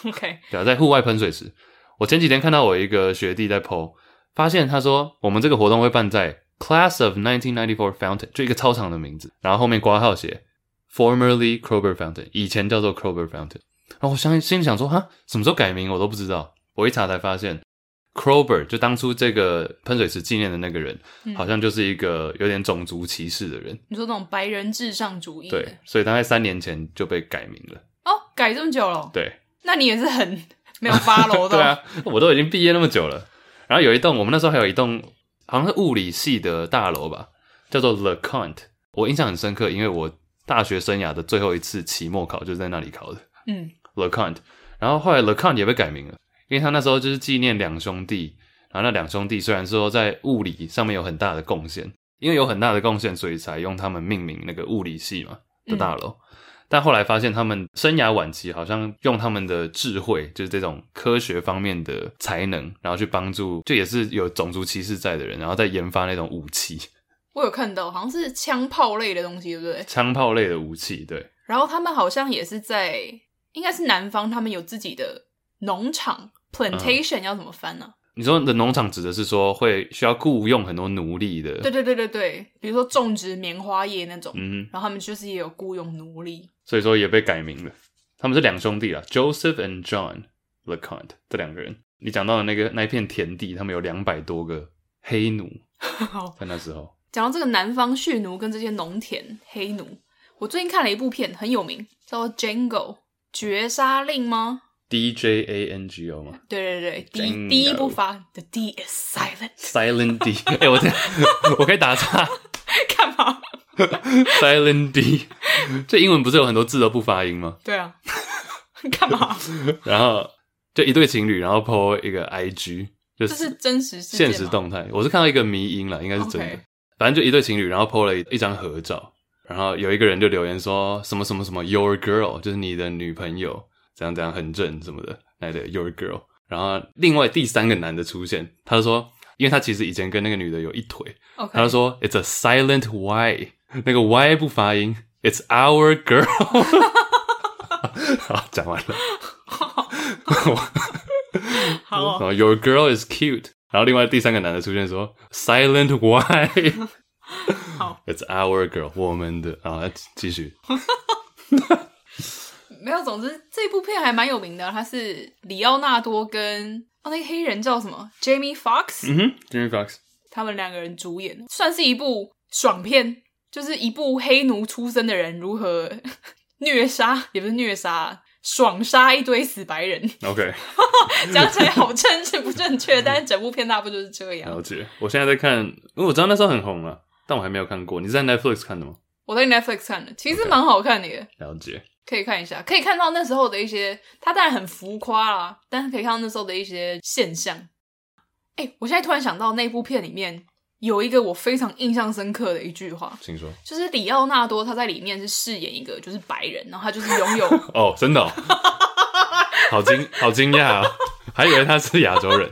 OK，
对啊，在户外喷水池。我前几天看到我一个学弟在 PO，发现他说我们这个活动会办在 Class of 1994 Fountain，就一个操场的名字，然后后面挂号写 Formerly Krober Fountain，以前叫做 Krober Fountain。然后我相信心里想说，哈，什么时候改名我都不知道。我一查才发现，Krober 就当初这个喷水池纪念的那个人，
嗯
好像就是一个有点种族歧视的人。
你说那种白人至上主义的，
对，所以他在三年前就被改名了。
哦，改这么久了，
对，
那你也是很 (laughs) 没有
(laughs)
follow 到，
对啊，我都已经毕业那么久了。然后有一栋，我们那时候还有一栋好像是物理系的大楼吧，叫做 The Cont。我印象很深刻，因为我大学生涯的最后一次期末考就是在那里考的
嗯，
The Cont。然后后来 The Cont 也被改名了，因为他那时候就是纪念两兄弟。然后那两兄弟虽然说在物理上面有很大的贡献，因为有很大的贡献，所以才用他们命名那个物理系嘛的大楼。但后来发现，他们生涯晚期好像用他们的智慧，就是这种科学方面的才能，然后去帮助，就也是有种族歧视在的人，然后再研发那种武器， (laughs)
我有看到，好像是枪炮类的东西，对不对？
枪炮类的武器。对，
然后他们好像也是在，应该是南方，他们有自己的农场
嗯
plantation，、要怎么翻呢、
你说的农场指的是说会需要雇佣很多奴隶的，
对对对对对，比如说种植棉花叶那种，
嗯，
然后他们就是也有雇佣奴隶。 (laughs)
所以说也被改名了。他们是两兄弟啦 j o s e p h and John LeConte 这两个人。你讲到的那个那一片田地，他们有两百多个黑奴，在那时候，
讲到这个南方蓄奴跟这些农田黑奴，我最近看了一部片很有名，叫做《Django》绝杀令吗？
D J A N G O 嘛
对对对，第
Django
第一部发 The D is silent， (laughs)
，Silent D，哎、 (laughs) 我这我可以打岔
干嘛？
，Silent D，这 (laughs) 英文不是有很多字都不发音吗？
对啊， (laughs) 干嘛？
(laughs) 然后就一对情侣，然后 po 一个 I G，就
这是真实事
现
件吗
实动态，我是看到一个迷音了，应该是真的。
OK
反正就一对情侣，然后 PO 了一一张合照，然后有一个人就留言说什么什么什么 Your girl，就是你的女朋友，怎样怎样很正什么的，那的 Your girl。然后另外第三个男的出现，他说，因为他其实以前跟那个女的有一腿，
OK，
他就说 It's a silent Y，那 (laughs) 个 Y 不发音，It's our girl。好，讲完了。
好
然
哦、
后 Your girl is cute。然后另外第三个男的出现说 Silent Y，
(laughs) 好
，It's our girl，我们的啊，继续
没有。总之，这部片还蛮有名的，它是里奥纳多跟哦那个黑人叫什么 Jamie Fox，、
嗯哼，Jimmy Fox，
他们两个人主演，算是一部爽片，就是一部黑奴出身的人如何 (laughs) 虐杀，也不是虐杀啊。爽杀一堆死白人，
OK，
讲起来好政治不正确，但是整部片大部分就是这样。
了解。我现在在看，因为我知道那时候很红了，但我还没有看过。你是在 Netflix 看的吗？
我在 Netflix 看的，其实蛮好看的耶。
了解，
可以看一下，可以看到那时候的一些，它当然很浮夸啦，但是可以看到那时候的一些现象。哎、我现在突然想到那部片里面有一个我非常印象深刻的一句话，
请说。
就是里奥纳多他在里面是饰演一个就是白人，然后他就是拥有，
哦，真
(laughs)
的、哦，好惊，好惊讶哦，还以为他是亚洲人。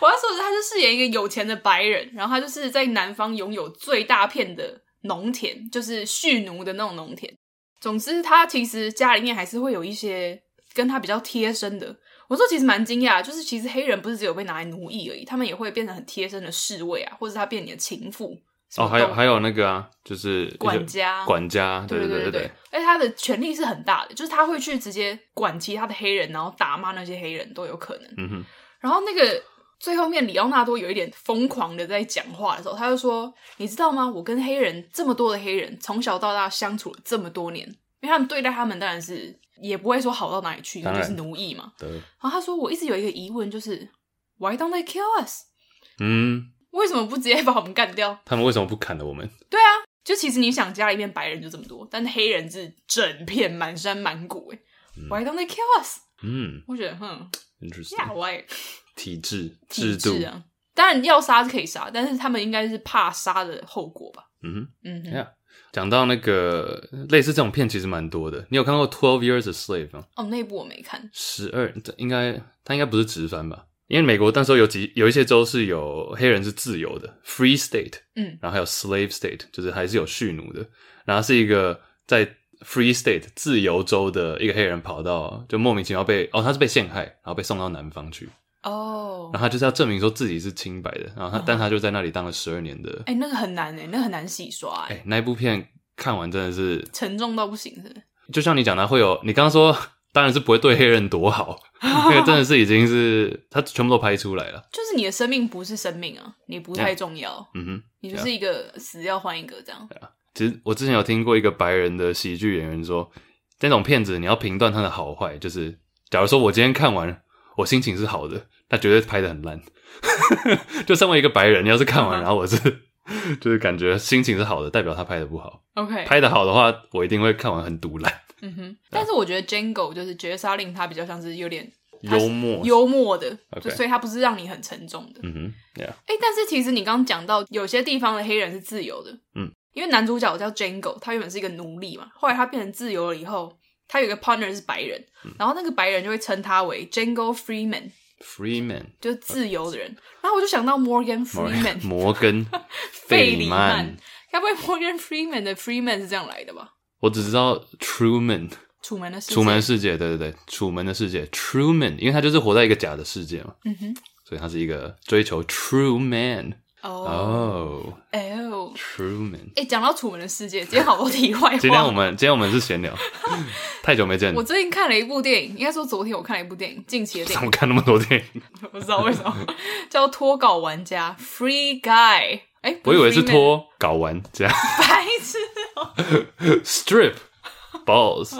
我要说的是他是饰演一个有钱的白人，然后他就是在南方拥有最大片的农田，就是蓄奴的那种农田。总之，他其实家里面还是会有一些跟他比较贴身的。我说其实蛮惊讶，就是其实黑人不是只有被拿来奴役而已，他们也会变成很贴身的侍卫啊，或者他变你的情妇。什
哦，
么
还有
都
还有那个啊，就是一些
管家
管家，
对
对
对
对
对，而哎且他的权力是很大的，就是他会去直接管其他的黑人，然后打骂那些黑人都有可能。
嗯哼，
然后那个最后面里奥纳多有一点疯狂的在讲话的时候，他就说：“你知道吗？我跟黑人这么多的黑人从小到大相处了这么多年，因为他们对待他们当然是也不会说好到哪里去，因
当
为
然
就是奴役嘛。
对，”
然后他说：“我一直有一个疑问，就是 Why don't they kill us？
嗯，
为什么不直接把我们干掉？
他们为什么不砍了我们？
就其实你想，家里面白人就这么多，但是黑人是整片满山满谷、欸，Why don't they kill us？”
嗯
我觉得，哼
，interesting，
，Yeah why？
体制
体
制度，
制啊。当然要杀是可以杀，但是他们应该是怕杀的后果吧？
嗯
嗯哼
哼，，yeah。讲到那个类似这种片，其实蛮多的。你有看过《Twelve Years a Slave》吗？
哦，那一部我没看。
十二，这应该它应该不是直翻吧？因为美国那时候有几有一些州是有黑人是自由的 （free state），
嗯，
然后还有 slave state，就是还是有蓄奴的。然后是一个在 free state 自由州的一个黑人跑到，就莫名其妙被哦，他是被陷害，然后被送到南方去，
哦
然，后他就是要证明说自己是清白的，然后他、
嗯
但他就在那里当了十二年的。
哎、那个很难哎、那很难洗刷哎、
哎、那一部片看完真的是，
沉重到不行是不是？
就像你讲的，会有你刚刚说，当然是不会对黑人多好， (laughs) 那个真的是已经是他全部都拍出来了。
就是你的生命不是生命啊，你不太重要
嗯哼，
你就是一个死要换一个这
啊
样。
其实我之前有听过一个白人的喜剧演员说，那种片子你要评断它的好坏，就是假如说我今天看完，我心情是好的，那绝对拍的很烂。 (laughs) 就身为一个白人，你要是看完，然后我是就是感觉心情是好的，代表他拍的不好。
OK，
拍的啊好的话，我一定会看完很毒烂。
嗯哼。但是我觉得 Django 就是《绝杀令》，它比较像是有点它是
幽默
幽默的
OK
就所以它不是让你很沉重的。
嗯哼，Yeah，
哎、但是其实你刚刚讲到，有些地方的黑人是自由的，
嗯，
因为男主角叫 Django，他原本是一个奴隶嘛，后来他变成自由了以后，他有一个 partner 是白人，
嗯
然后那个白人就会称他为 Django Freeman，
Freeman
就是自由的人。
呃
然后我就想到 Morgan
摩
Freeman，
(laughs) 摩根
(laughs) 费
里
里曼，该不会 Morgan Freeman 的 Freeman 是这样来的吧？
我只知道 Truman，
楚门的世界
楚门的世界，对对对，楚门的世界 Truman，因为他就是活在一个假的世界嘛，
嗯哼，
所以他是一个追求 True Man。
哦，
哦
哎呦，
，True Man。
哎，讲到楚门的世界，今天好多题外话。
今天我们今天我们是闲聊， (laughs) 太久没见
我，最近看了一部电影，应该说昨天我看了一部电影，近期的电
怎
影
么，看那么多电影？
我不知道为什么 (laughs) 叫《脱稿玩家》（Free Guy）。哎，不
我以为是
Freeman，
脱搞完这样
(laughs) 白痴。哦
，strip balls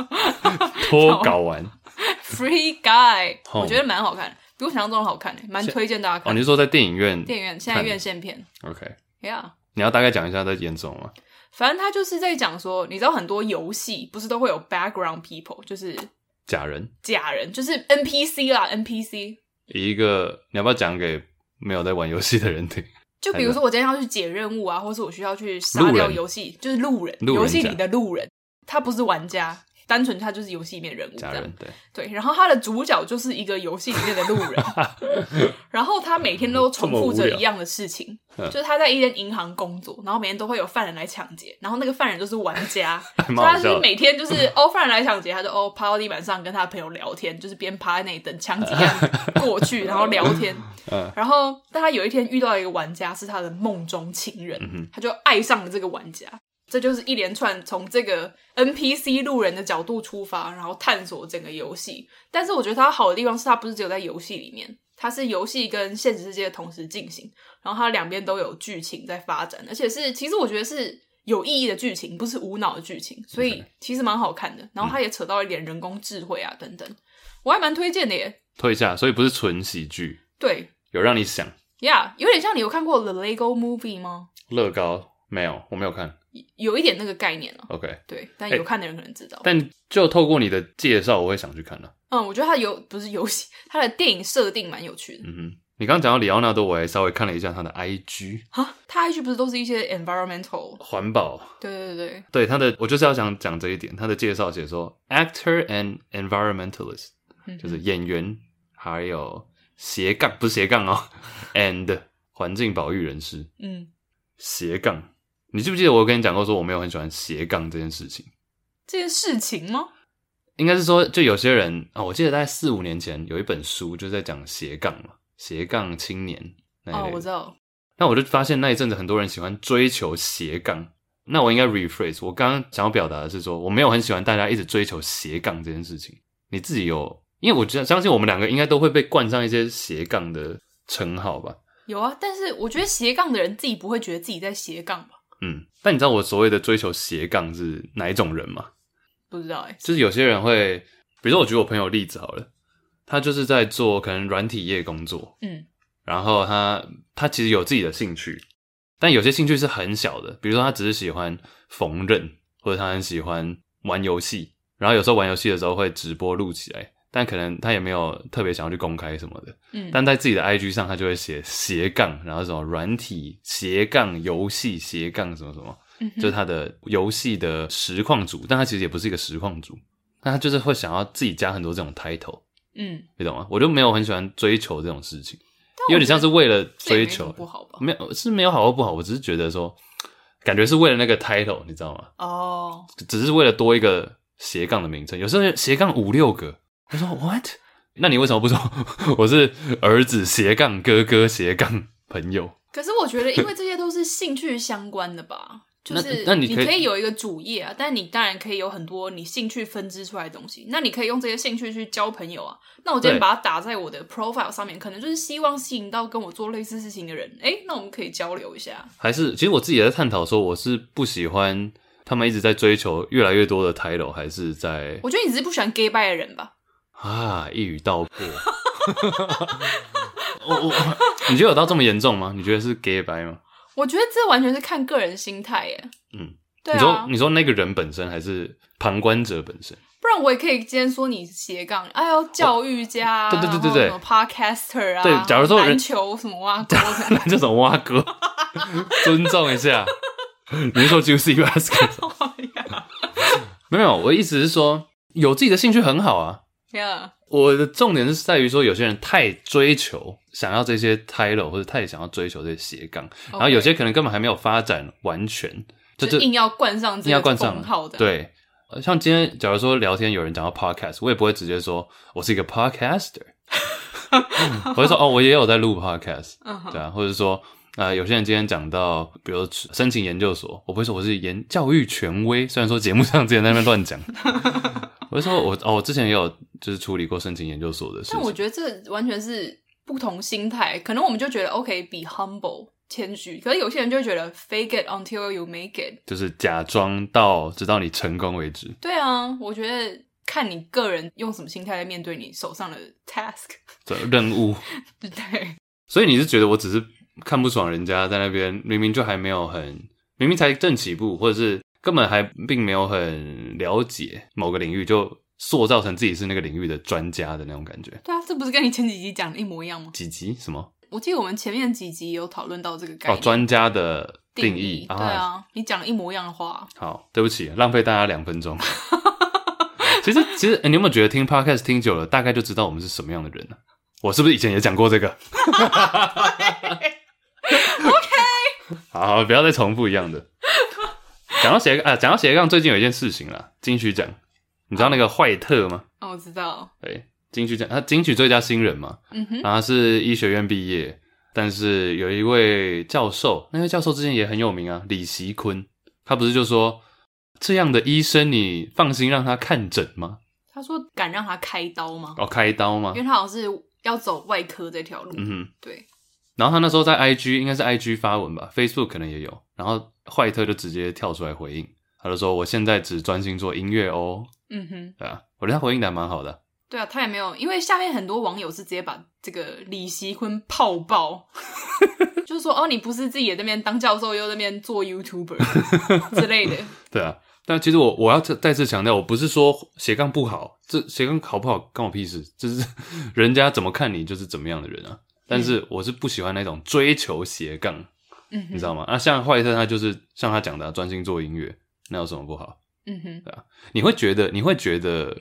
脱搞完
(laughs) Free Guy，
哦
我觉得蛮好看的，比我想象中的好看，蛮推荐大家
哦，
看
你。是说在电影院
电影院现在院线片
？OK，
，Yeah。
你要大概讲一下在演什么吗？
反正他就是在讲说，你知道很多游戏不是都会有 background people，就是
假人，
假人，就是 NPC 啦，NPC。
一个你要不要讲给没有在玩游戏的人听？
就比如说我今天要去解任务啊，或是我需要去杀
路
掉
人
游戏，就是路人，
路人
游戏
甲
里的路人，他不是玩家，单纯他就是游戏里面的人 (laughs) 物这
假
样
人。
(laughs)
对，
对，然后他的主角就是一个游戏里面的路
(laughs)
人，然后他每天都重
这
复
么无
着
聊
一样的事情，
嗯
就是他在一间银行工作，然后每天都会有犯人来抢劫，然后那个犯人就是玩家，所以
蛮好
他
笑
是
的
每天就是
(laughs)
哦，犯人来抢劫，他就哦趴到地板上跟他的朋友聊天，就是边趴在那里等枪击案过去，然后聊
(laughs)
天。
嗯
然后，但他有一天遇到一个玩家是他的梦中情人，
嗯哼
他就爱上了这个玩家。这就是一连串从这个 NPC 路人的角度出发，然后探索整个游戏。但是我觉得它好的地方是，它不是只有在游戏里面，它是游戏跟现实世界同时进行，然后它两边都有剧情在发展，而且是其实我觉得是有意义的剧情，不是无脑的剧情，所以其实蛮好看的。然后它也扯到一点人工智慧啊等等，我还蛮推荐的耶。
推一下，所以不是纯喜剧，
对
有让你想
呀有点像你有看过《The Lego Movie》吗？
乐高没有？我没有看
有一点那个概念啊，
，OK，
对，但
哎
有看的人可能知道。
但就透过你的介绍，我会想去看啊的、
嗯，我觉得它游不是游戏，它的电影设定蛮有趣的。
嗯哼，你刚刚讲到里奥纳多，我还稍微看了一下他的 IG
哈，啊它 IG 不是都是一些 environmental？
环保，
对对对对，
对他的，我就是要想讲这一点。他的介绍写说，actor and environmentalist，
嗯
就是演员，还有斜杠，不是斜杠哦 (laughs) ，and 环境保育人士。
嗯，
斜杠，你记不记得我跟你讲过，说我没有很喜欢斜杠这件事情？
这件事情吗？
应该是说，就有些人啊、我记得大概四五年前有一本书就是在讲斜杠嘛，斜杠青年那一
哦
类，的
我知道，
那我就发现那一阵子很多人喜欢追求斜杠。那我应该 rephrase，我刚刚想要表达的是说，我没有很喜欢大家一直追求斜杠这件事情。你自己有，因为我觉得相信我们两个应该都会被冠上一些斜杠的称号吧。
有啊。但是我觉得斜杠的人自己不会觉得自己在斜杠吧？
嗯，但你知道我所谓的追求斜杠是哪一种人吗？
不知道哎、
就是有些人会，比如说我举我朋友例子好了，他就是在做可能软体业工作，
嗯
然后他他其实有自己的兴趣，但有些兴趣是很小的，比如说他只是喜欢缝纫，或者他很喜欢玩游戏，然后有时候玩游戏的时候会直播录起来，但可能他也没有特别想要去公开什么的，
嗯，
但在自己的 IG 上他就会写斜杠，然后什么软体斜杠游戏斜杠什么什么，
嗯哼
就是他的游戏的实况组，但他其实也不是一个实况组，但他就是会想要自己加很多这种 title，
嗯，
你懂吗？我就没有很喜欢追求这种事情。
但我
有点像是为了
这
追
也没什么
求，
不好吧？
没有是没有好或不好，我只是觉得说，感觉是为了那个 title，你知道吗？
哦，
只是为了多一个斜杠的名称，有时候斜杠五六个，我说 what？那你为什么不说 (laughs) 我是儿子斜杠哥哥斜杠朋友？
可是我觉得，因为这些都是兴趣相关的吧，就是
(laughs) 那那你
你
可以
以有一个主业啊，但你当然可以有很多你兴趣分支出来的东西。那你可以用这些兴趣去交朋友啊。那我今
对
天把它打在我的 profile 上面，可能就是希望吸引到跟我做类似事情的人。诶，那我们可以交流一下。
还是其实我自己也在探讨说，我是不喜欢他们一直在追求越来越多的 title，还是在
我觉得你只是不喜欢 gay bye 的人吧？
啊一语道破。我我，你觉得有到这么严重吗？你觉得是 gay 白吗？
我觉得这完全是看个人心态耶。
嗯，
对
你说
啊，
你说那个人本身还是旁观者本身？ (laughs)
不然我也可以今天说你斜杠，哎呦，教育家啊，
哦对对对对对
然后什么 podcaster 啊，
对假如说人
篮球什么啊，
那这种挖哥，尊重一下。 (laughs) 你是说 Juicy Basket？没有，我的意思是说，有自己的兴趣很好啊。
yeah，
我的重点是在于说，有些人太追求想要这些 title，或者太想要追求这些斜杠然后有些可能根本还没有发展完全， (laughs) 就
就是硬要冠上这
硬要
个
冠上
封号的，，
对。呃像今天，假如说聊天有人讲到 podcast，我也不会直接说我是一个
(laughs)
podcaster，我会说哦，我也有在录 podcast，
嗯哼
对啊，或者说啊、呃有些人今天讲到，比如说申请研究所，我不会说我是研教育权威，虽然说节目上之前在那边乱
(laughs)
讲，我就说我哦，我之前也有就是处理过申请研究所的事
但我
情，
觉得这完全是不同心态，可能我们就觉得 OK，be humble，谦虚。可是有些人就会觉得 fake it until you make it。
就是假装到直到你成功为止。
对啊，我觉得看你个人用什么心态来面对你手上的 task。 (laughs)
这任务。
对，
所以你是觉得我只是看不爽人家在那边，明明就还没有很，明明才正起步，或者是根本还并没有很了解某个领域，就塑造成自己是那个领域的专家的那种感觉。
对啊，这不是跟你前几集讲的一模一样吗？
几级什么？
我记得我们前面几集有讨论到这个概
哦，
念。
专家的定
定
义
对啊，你讲了一模一样的话，
好，对不起，浪费大家两分钟。 (laughs) 其实，其实、欸你有没有觉得听 podcast 听久了，大概就知道我们是什么样的人呢、我是不是以前也讲过这个？OK，好好，不要再重复一样的。讲到斜杠啊，讲到斜杠，最近有一件事情啦，金曲奖，你知道那个坏特吗？
哦，我知道，
对，金曲奖，他金曲最佳新人嘛，
嗯哼，
然后他是医学院毕业，但是有一位教授，那位教授之前也很有名啊，李习坤，他不是就说这样的医生，你放心让他看诊吗？
他说敢让他开刀吗？
哦，开刀吗
因为？他好像是要走外科这条路，
嗯哼。
对，
然后他那时候在 IG 应该是 IG 发文吧，Facebook 可能也有。然后坏特就直接跳出来回应，他就说：“我现在只专心做音乐哦。
嗯哼。”
对啊，我觉得他回应的还蛮好的。
对啊，他也没有，因为下面很多网友是直接把这个李习坤泡爆， (laughs) 就是说哦，你不是自己也在那边当教授，又在那边
(laughs)
做 YouTuber 之类的。
对啊，但其实我我要再再次强调，我不是说斜杠不好，这斜杠好不好关我屁事，就是 (laughs) 人家怎么看你就是怎么样的人啊。但是我是不喜欢那种追求斜杠，
嗯
你知
哼，
道吗？啊，像坏特他就是像他讲的啊、专心做音乐，那有什么不好？
嗯哼，
你会觉得你会觉得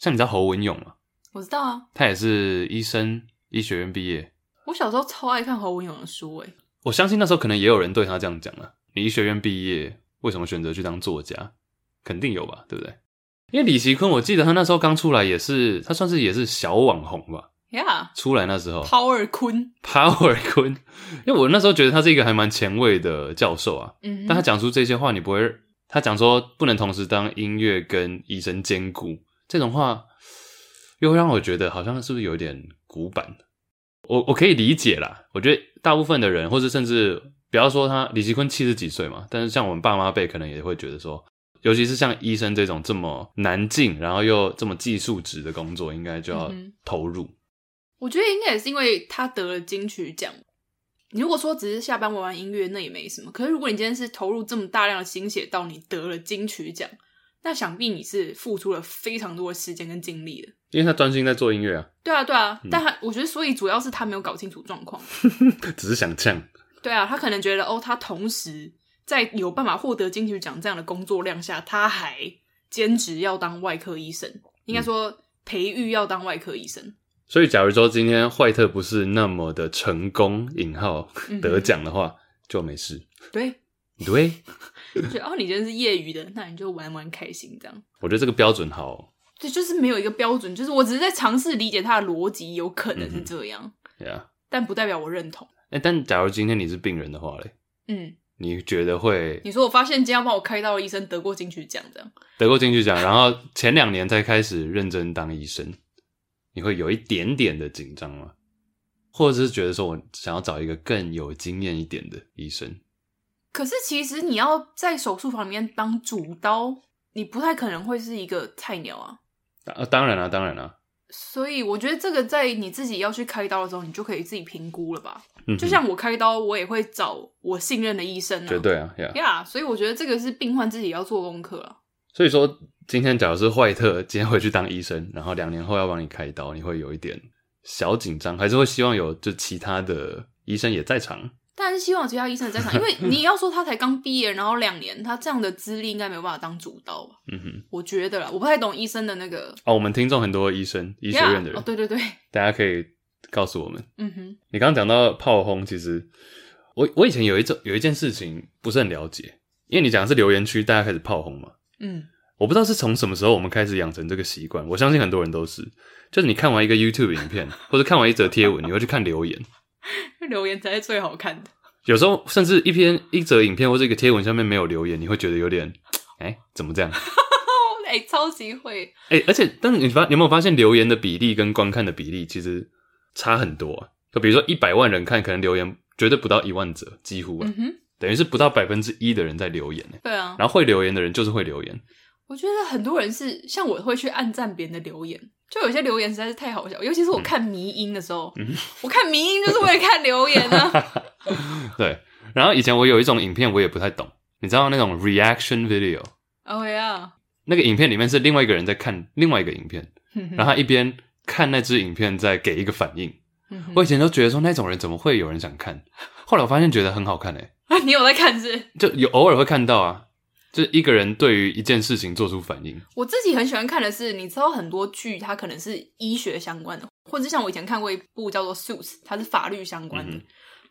像你知道侯文勇吗？
我知道啊，
他也是医生，医学院毕业。
我小时候超爱看侯文勇的书欸诶、
我相信那时候可能也有人对他这样讲了：你医学院毕业，为什么选择去当作家？肯定有吧，对不对？因为李习坤，我记得他那时候刚出来也是，他算是也是小网红吧。
y e a h
出来那时候
p o w e r 坤，
，Power (laughs) 坤，因为我那时候觉得他是一个还蛮前卫的教授啊。
嗯
但他
哼，
讲出这些话，你不会，他讲说不能同时当音乐跟医生兼顾这种话，又会让我觉得好像是不是有点古板？我我可以理解啦，我觉得大部分的人，或者甚至不要说他李奇坤七十几岁嘛，但是像我们爸妈辈，可能也会觉得说，尤其是像医生这种这么难进，然后又这么技术值的工作，应该就要
嗯哼
投入。
我觉得应该也是因为他得了金曲奖。你如果说只是下班玩玩音乐，那也没什么。可是如果你今天是投入这么大量的心血到你得了金曲奖，那想必你是付出了非常多的时间跟精力的。
因为他专心在做音乐啊， (laughs)
对啊，对啊，但他我觉得，所以主要是他没有搞清楚状况。
只是想呛。
对啊，他可能觉得哦，他同时在有办法获得金曲奖这样的工作量下，他还兼职要当外科医生，
嗯
应该说培育要当外科医生。
所以，假如说今天坏特不是那么的成功（引号
嗯哼
得奖的话，就没事。
对，
对，
就觉得哦，你今天是业余的，那你就玩玩开心这样。
我觉得这个标准好。哦
对，就是没有一个标准，就是我只是在尝试理解他的逻辑，有可
嗯
能是这样，
呀、
但不代表我认同。
哎，但假如今天你是病人的话嘞，
嗯，
你觉得会
你说我发现今天要帮我开刀的医生得过金曲奖这样，
得过金曲奖，然后前两年才开始认真当医生，你会有一点点的紧张吗？或者是觉得说我想要找一个更有经验一点的医生？
可是其实你要在手术房里面当主刀，你不太可能会是一个菜鸟啊。
啊，当然啦、当然啦、
所以我觉得这个在你自己要去开刀的时候，你就可以自己评估了吧。
嗯哼，
就像我开刀，我也会找我信任的医生啊。
绝对啊，呀、
呀所以我觉得这个是病患自己要做功课啊。
所以说，今天假如是坏特，今天回去当医生，然后两年后要帮你开刀，你会有一点小紧张，还是会希望有就其他的医生也在场？
但是希望其他医生也在
(laughs)
场，因为你要说他才刚毕业，然后两年，他这样的资历应该没有办法当主刀吧？
嗯哼，
我觉得啦，我不太懂医生的那个
哦，我们听众很多医生、医学院的
Yeah，
人
哦，，对对对，
大家可以告诉我们。
嗯哼，
你刚刚讲到炮轰，其实我我以前有一种有一件事情不是很了解，因为你讲的是留言区，大家开始炮轰嘛，
嗯，
我不知道是从什么时候我们开始养成这个习惯。我相信很多人都是，就是你看完一个 YouTube 影片，或者看完一则贴文，你会去看留言。
留言才是最好看的。
有时候甚至一篇一则影片或者一个贴文下面没有留言，你会觉得有点，哎、怎么这样？ (laughs)
哎、超级会，
哎、而且，但是你发你有没有发现留言的比例跟观看的比例其实差很多、啊？就比如说一百万人看，可能留言绝对不到一万则，几乎啊，
嗯哼，
等于是不到百分之一的人在留言、欸。
对啊，
然后会留言的人就是会留言， (laughs)
我觉得很多人是像我会去暗赞别人的留言，就有些留言实在是太好笑，尤其是我看迷音的时候，
嗯
我看迷音就是为了看留言
(laughs)
啊。
对。然后以前我有一种影片我也不太懂，你知道那种 reaction video，
哦呀，
那个影片里面是另外一个人在看另外一个影片，然
然
后他一边看那支影片在给一个反应。
嗯
我以前都觉得说那种人怎么会有人想看，后来我发现觉得很好看诶、欸
啊你有在看是？
就有偶尔会看到啊，就是一个人对于一件事情做出反应。
我自己很喜欢看的是，你知道很多剧它可能是医学相关的，或者像我以前看过一部叫做《Suits》，它是法律相关的，
嗯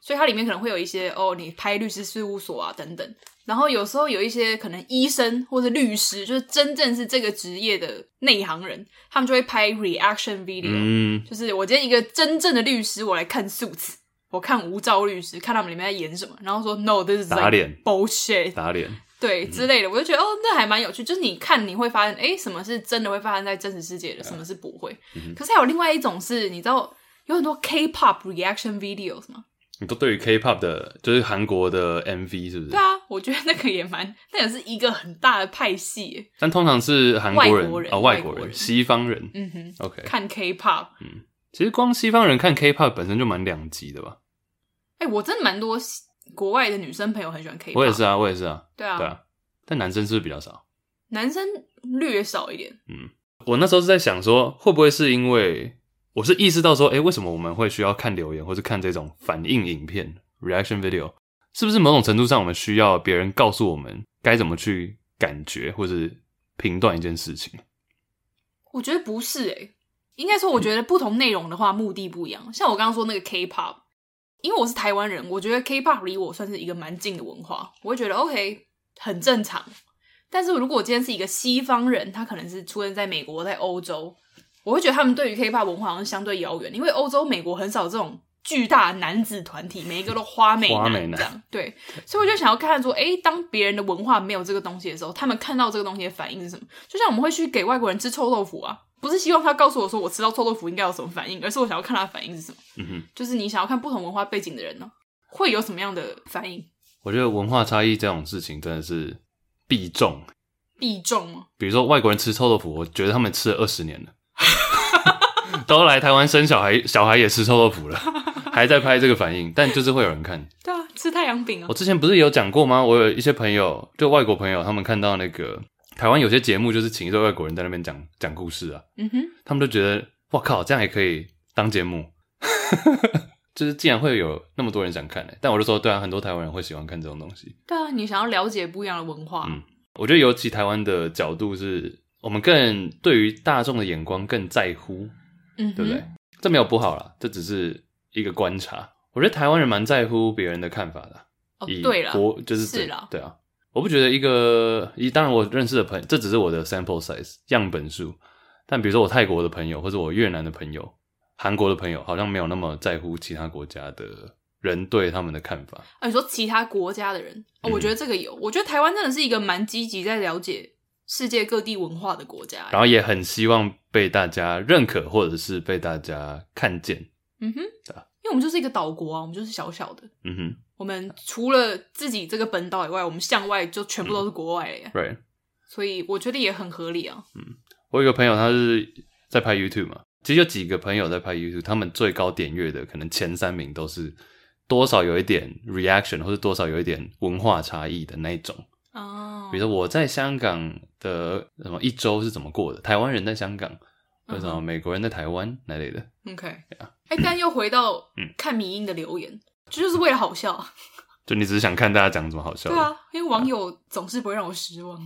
所以它里面可能会有一些哦，你拍律师事务所啊等等。然后有时候有一些可能医生或者律师，就是真正是这个职业的内行人，他们就会拍 reaction video，、
嗯，
就是我今天一个真正的律师，我来看 Suits，我看无照律师，看他们里面在演什么，然后说 No，这是
打脸
bullshit，
打脸。
对之类的，我就觉得哦，那还蛮有趣。就是你看，你会发现，哎，什么是真的会发生在真实世界的，
啊
什么是不会。
嗯
可是还有另外一种是，你知道有很多 K-pop reaction videos 吗？
你都对于 K-pop 的，就是韩国的 MV 是不是
对？啊，我觉得那个也蛮， (laughs) 那也是一个很大的派系耶。
但通常是韩国
外国
人
人
啊，外
外
国
国
人、
人
西方人。
嗯哼，
OK，
看 K-pop，
其实光西方人看 K-pop 本身就蛮两极的吧？
哎，我真的蛮多西国外的女生朋友很喜欢 K-pop，
我也是啊，我也是啊，
对啊，
对啊。但男生是不是比较少？
男生略少一点。
我那时候是在想说，会不会是因为我是意识到说，哎、为什么我们会需要看留言或是看这种反应影片 （reaction video）？是不是某种程度上我们需要别人告诉我们该怎么去感觉或是评断一件事情？
我觉得不是诶、应该说我觉得不同内容的话目的不一样。像我刚刚说那个 K-pop，因为我是台湾人，我觉得 K-pop 离我算是一个蛮近的文化，我会觉得 OK 很正常。但是如果我今天是一个西方人，他可能是出生在美国、在欧洲，我会觉得他们对于 K-pop 文化好像相对遥远，因为欧洲、美国很少这种巨大的男子团体，每一个都花美
花美男
这样。对，所以我就想要看说，诶，当别人的文化没有这个东西的时候，他们看到这个东西的反应是什么？就像我们会去给外国人吃臭豆腐啊，不是希望他告诉我说我吃到臭豆腐应该有什么反应，而是我想要看他的反应是什么。
嗯哼，
就是你想要看不同文化背景的人呢、会有什么样的反应？
我觉得文化差异这种事情真的是必中。
必中吗？
比如说外国人吃臭豆腐，我觉得他们吃了二十年了， (laughs) 都来台湾生小孩，小孩也吃臭豆腐了，还在拍这个反应，但就是会有人看。
对啊，吃太阳饼啊
我。之前不是有讲过吗？我有一些朋友，就外国朋友，他们看到那个台湾有些节目，就是请一对外国人在那边讲讲故事啊，
嗯哼，
他们都觉得哇靠，这样也可以当节目， (laughs) 就是竟然会有那么多人想看、欸、但我就说，对啊，很多台湾人会喜欢看这种东西。
对啊，你想要了解不一样的文化，
嗯我觉得尤其台湾的角度是，我们更对于大众的眼光更在乎，
嗯哼，
对不对？这没有不好啦，这只是一个观察。我觉得台湾人蛮在乎别人的看法的啊、
哦
以，
对了，
国就是
是
整
啦
对啊，我不觉得一个一当然我认识的朋友，这只是我的 sample size 样本数，但比如说我泰国的朋友，或者我越南的朋友、韩国的朋友，好像没有那么在乎其他国家的人对他们的看法。
啊，你说其他国家的人，哦
嗯
我觉得这个有，我觉得台湾真的是一个蛮积极在了解世界各地文化的国家。欸
然后也很希望被大家认可，或者是被大家看见。
嗯哼，
对啊
因为我们就是一个岛国啊，我们就是小小的，
嗯
我们除了自己这个本岛以外，我们向外就全部都是国外了耶，
哼，right。
所以我觉得也很合理啊。
我有一个朋友，他是在拍 YouTube 嘛，其实有几个朋友在拍 YouTube，他们最高点阅的可能前三名都是多少有一点 reaction，或是多少有一点文化差异的那一种。
哦，
比如说我在香港的什么一周是怎么过的，台湾人在香港，
嗯
为什么美国人在台湾那类的。
OK，哎、但又回到
嗯
看迷音的留言，这就是为了好笑啊。
就你只是想看大家讲什么好笑
对
的，
啊，因为网友总是不会让我失望。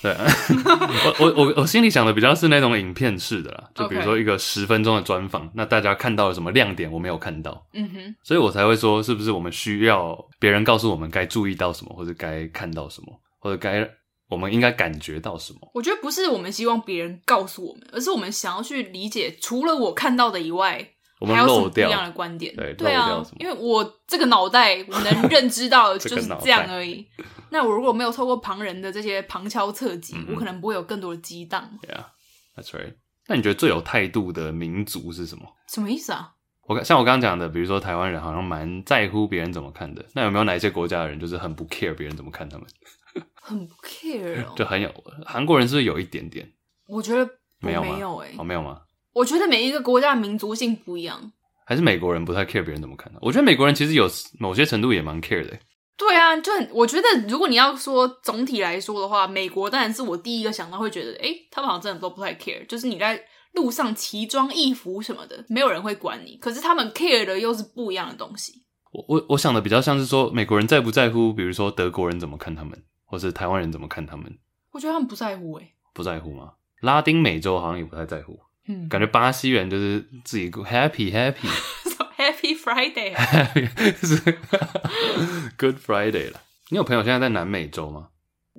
对啊， (laughs) 我我我我心里想的比较是那种影片式的啦，就比如
OK
说一个十分钟的专访，那大家看到了什么亮点，我没有看到，
嗯哼，
所以我才会说，是不是我们需要别人告诉我们该注意到什么，或者该看到什么，或者该我们应该感觉到什么？
我觉得不是我们希望别人告诉我们，而是我们想要去理解，除了我看到的以外，
我
还
们
有什
漏
么不一
掉
样的观点。
对
对
漏
啊
掉什么，
因为我这个脑袋我能认
(laughs)
知到的
这个
就是
脑袋
这样而已。那我如果没有透过旁人的这些旁敲侧击，
嗯
我可能不会有更多的激荡。
，Yeah，that's right。那你觉得最有态度的民族是什么？
什么意思啊？
我刚像我刚刚讲的，比如说台湾人好像蛮在乎别人怎么看的，那有没有哪一些国家的人就是很不 care 别人怎么看他们，
很不
(laughs)
care 哦
就。很有韩国人是不是有一点点？
我觉得我
没有吗
没有哎、
哦，没有吗？
我觉得每一个国家的民族性不一样。
还是美国人不太 care 别人怎么看的？我觉得美国人其实有某些程度也蛮 care 的、
对啊，就很我觉得，如果你要说总体来说的话，美国当然是我第一个想到会觉得，诶，他们好像真的都不太 care，就是你在路上奇装异服什么的，没有人会管你。可是他们 care 的又是不一样的东西。
我我我想的比较像是说，美国人在不在乎，比如说德国人怎么看他们，或是台湾人怎么看他们，
我觉得他们不在乎、诶，
不在乎吗？拉丁美洲好像也不太在乎，
(laughs) 嗯，
感觉巴西人就是自己 happy happy
什么 Happy Friday
(laughs)
啊
happy 是 (laughs) Good Friday 了。你有朋友现在在南美洲吗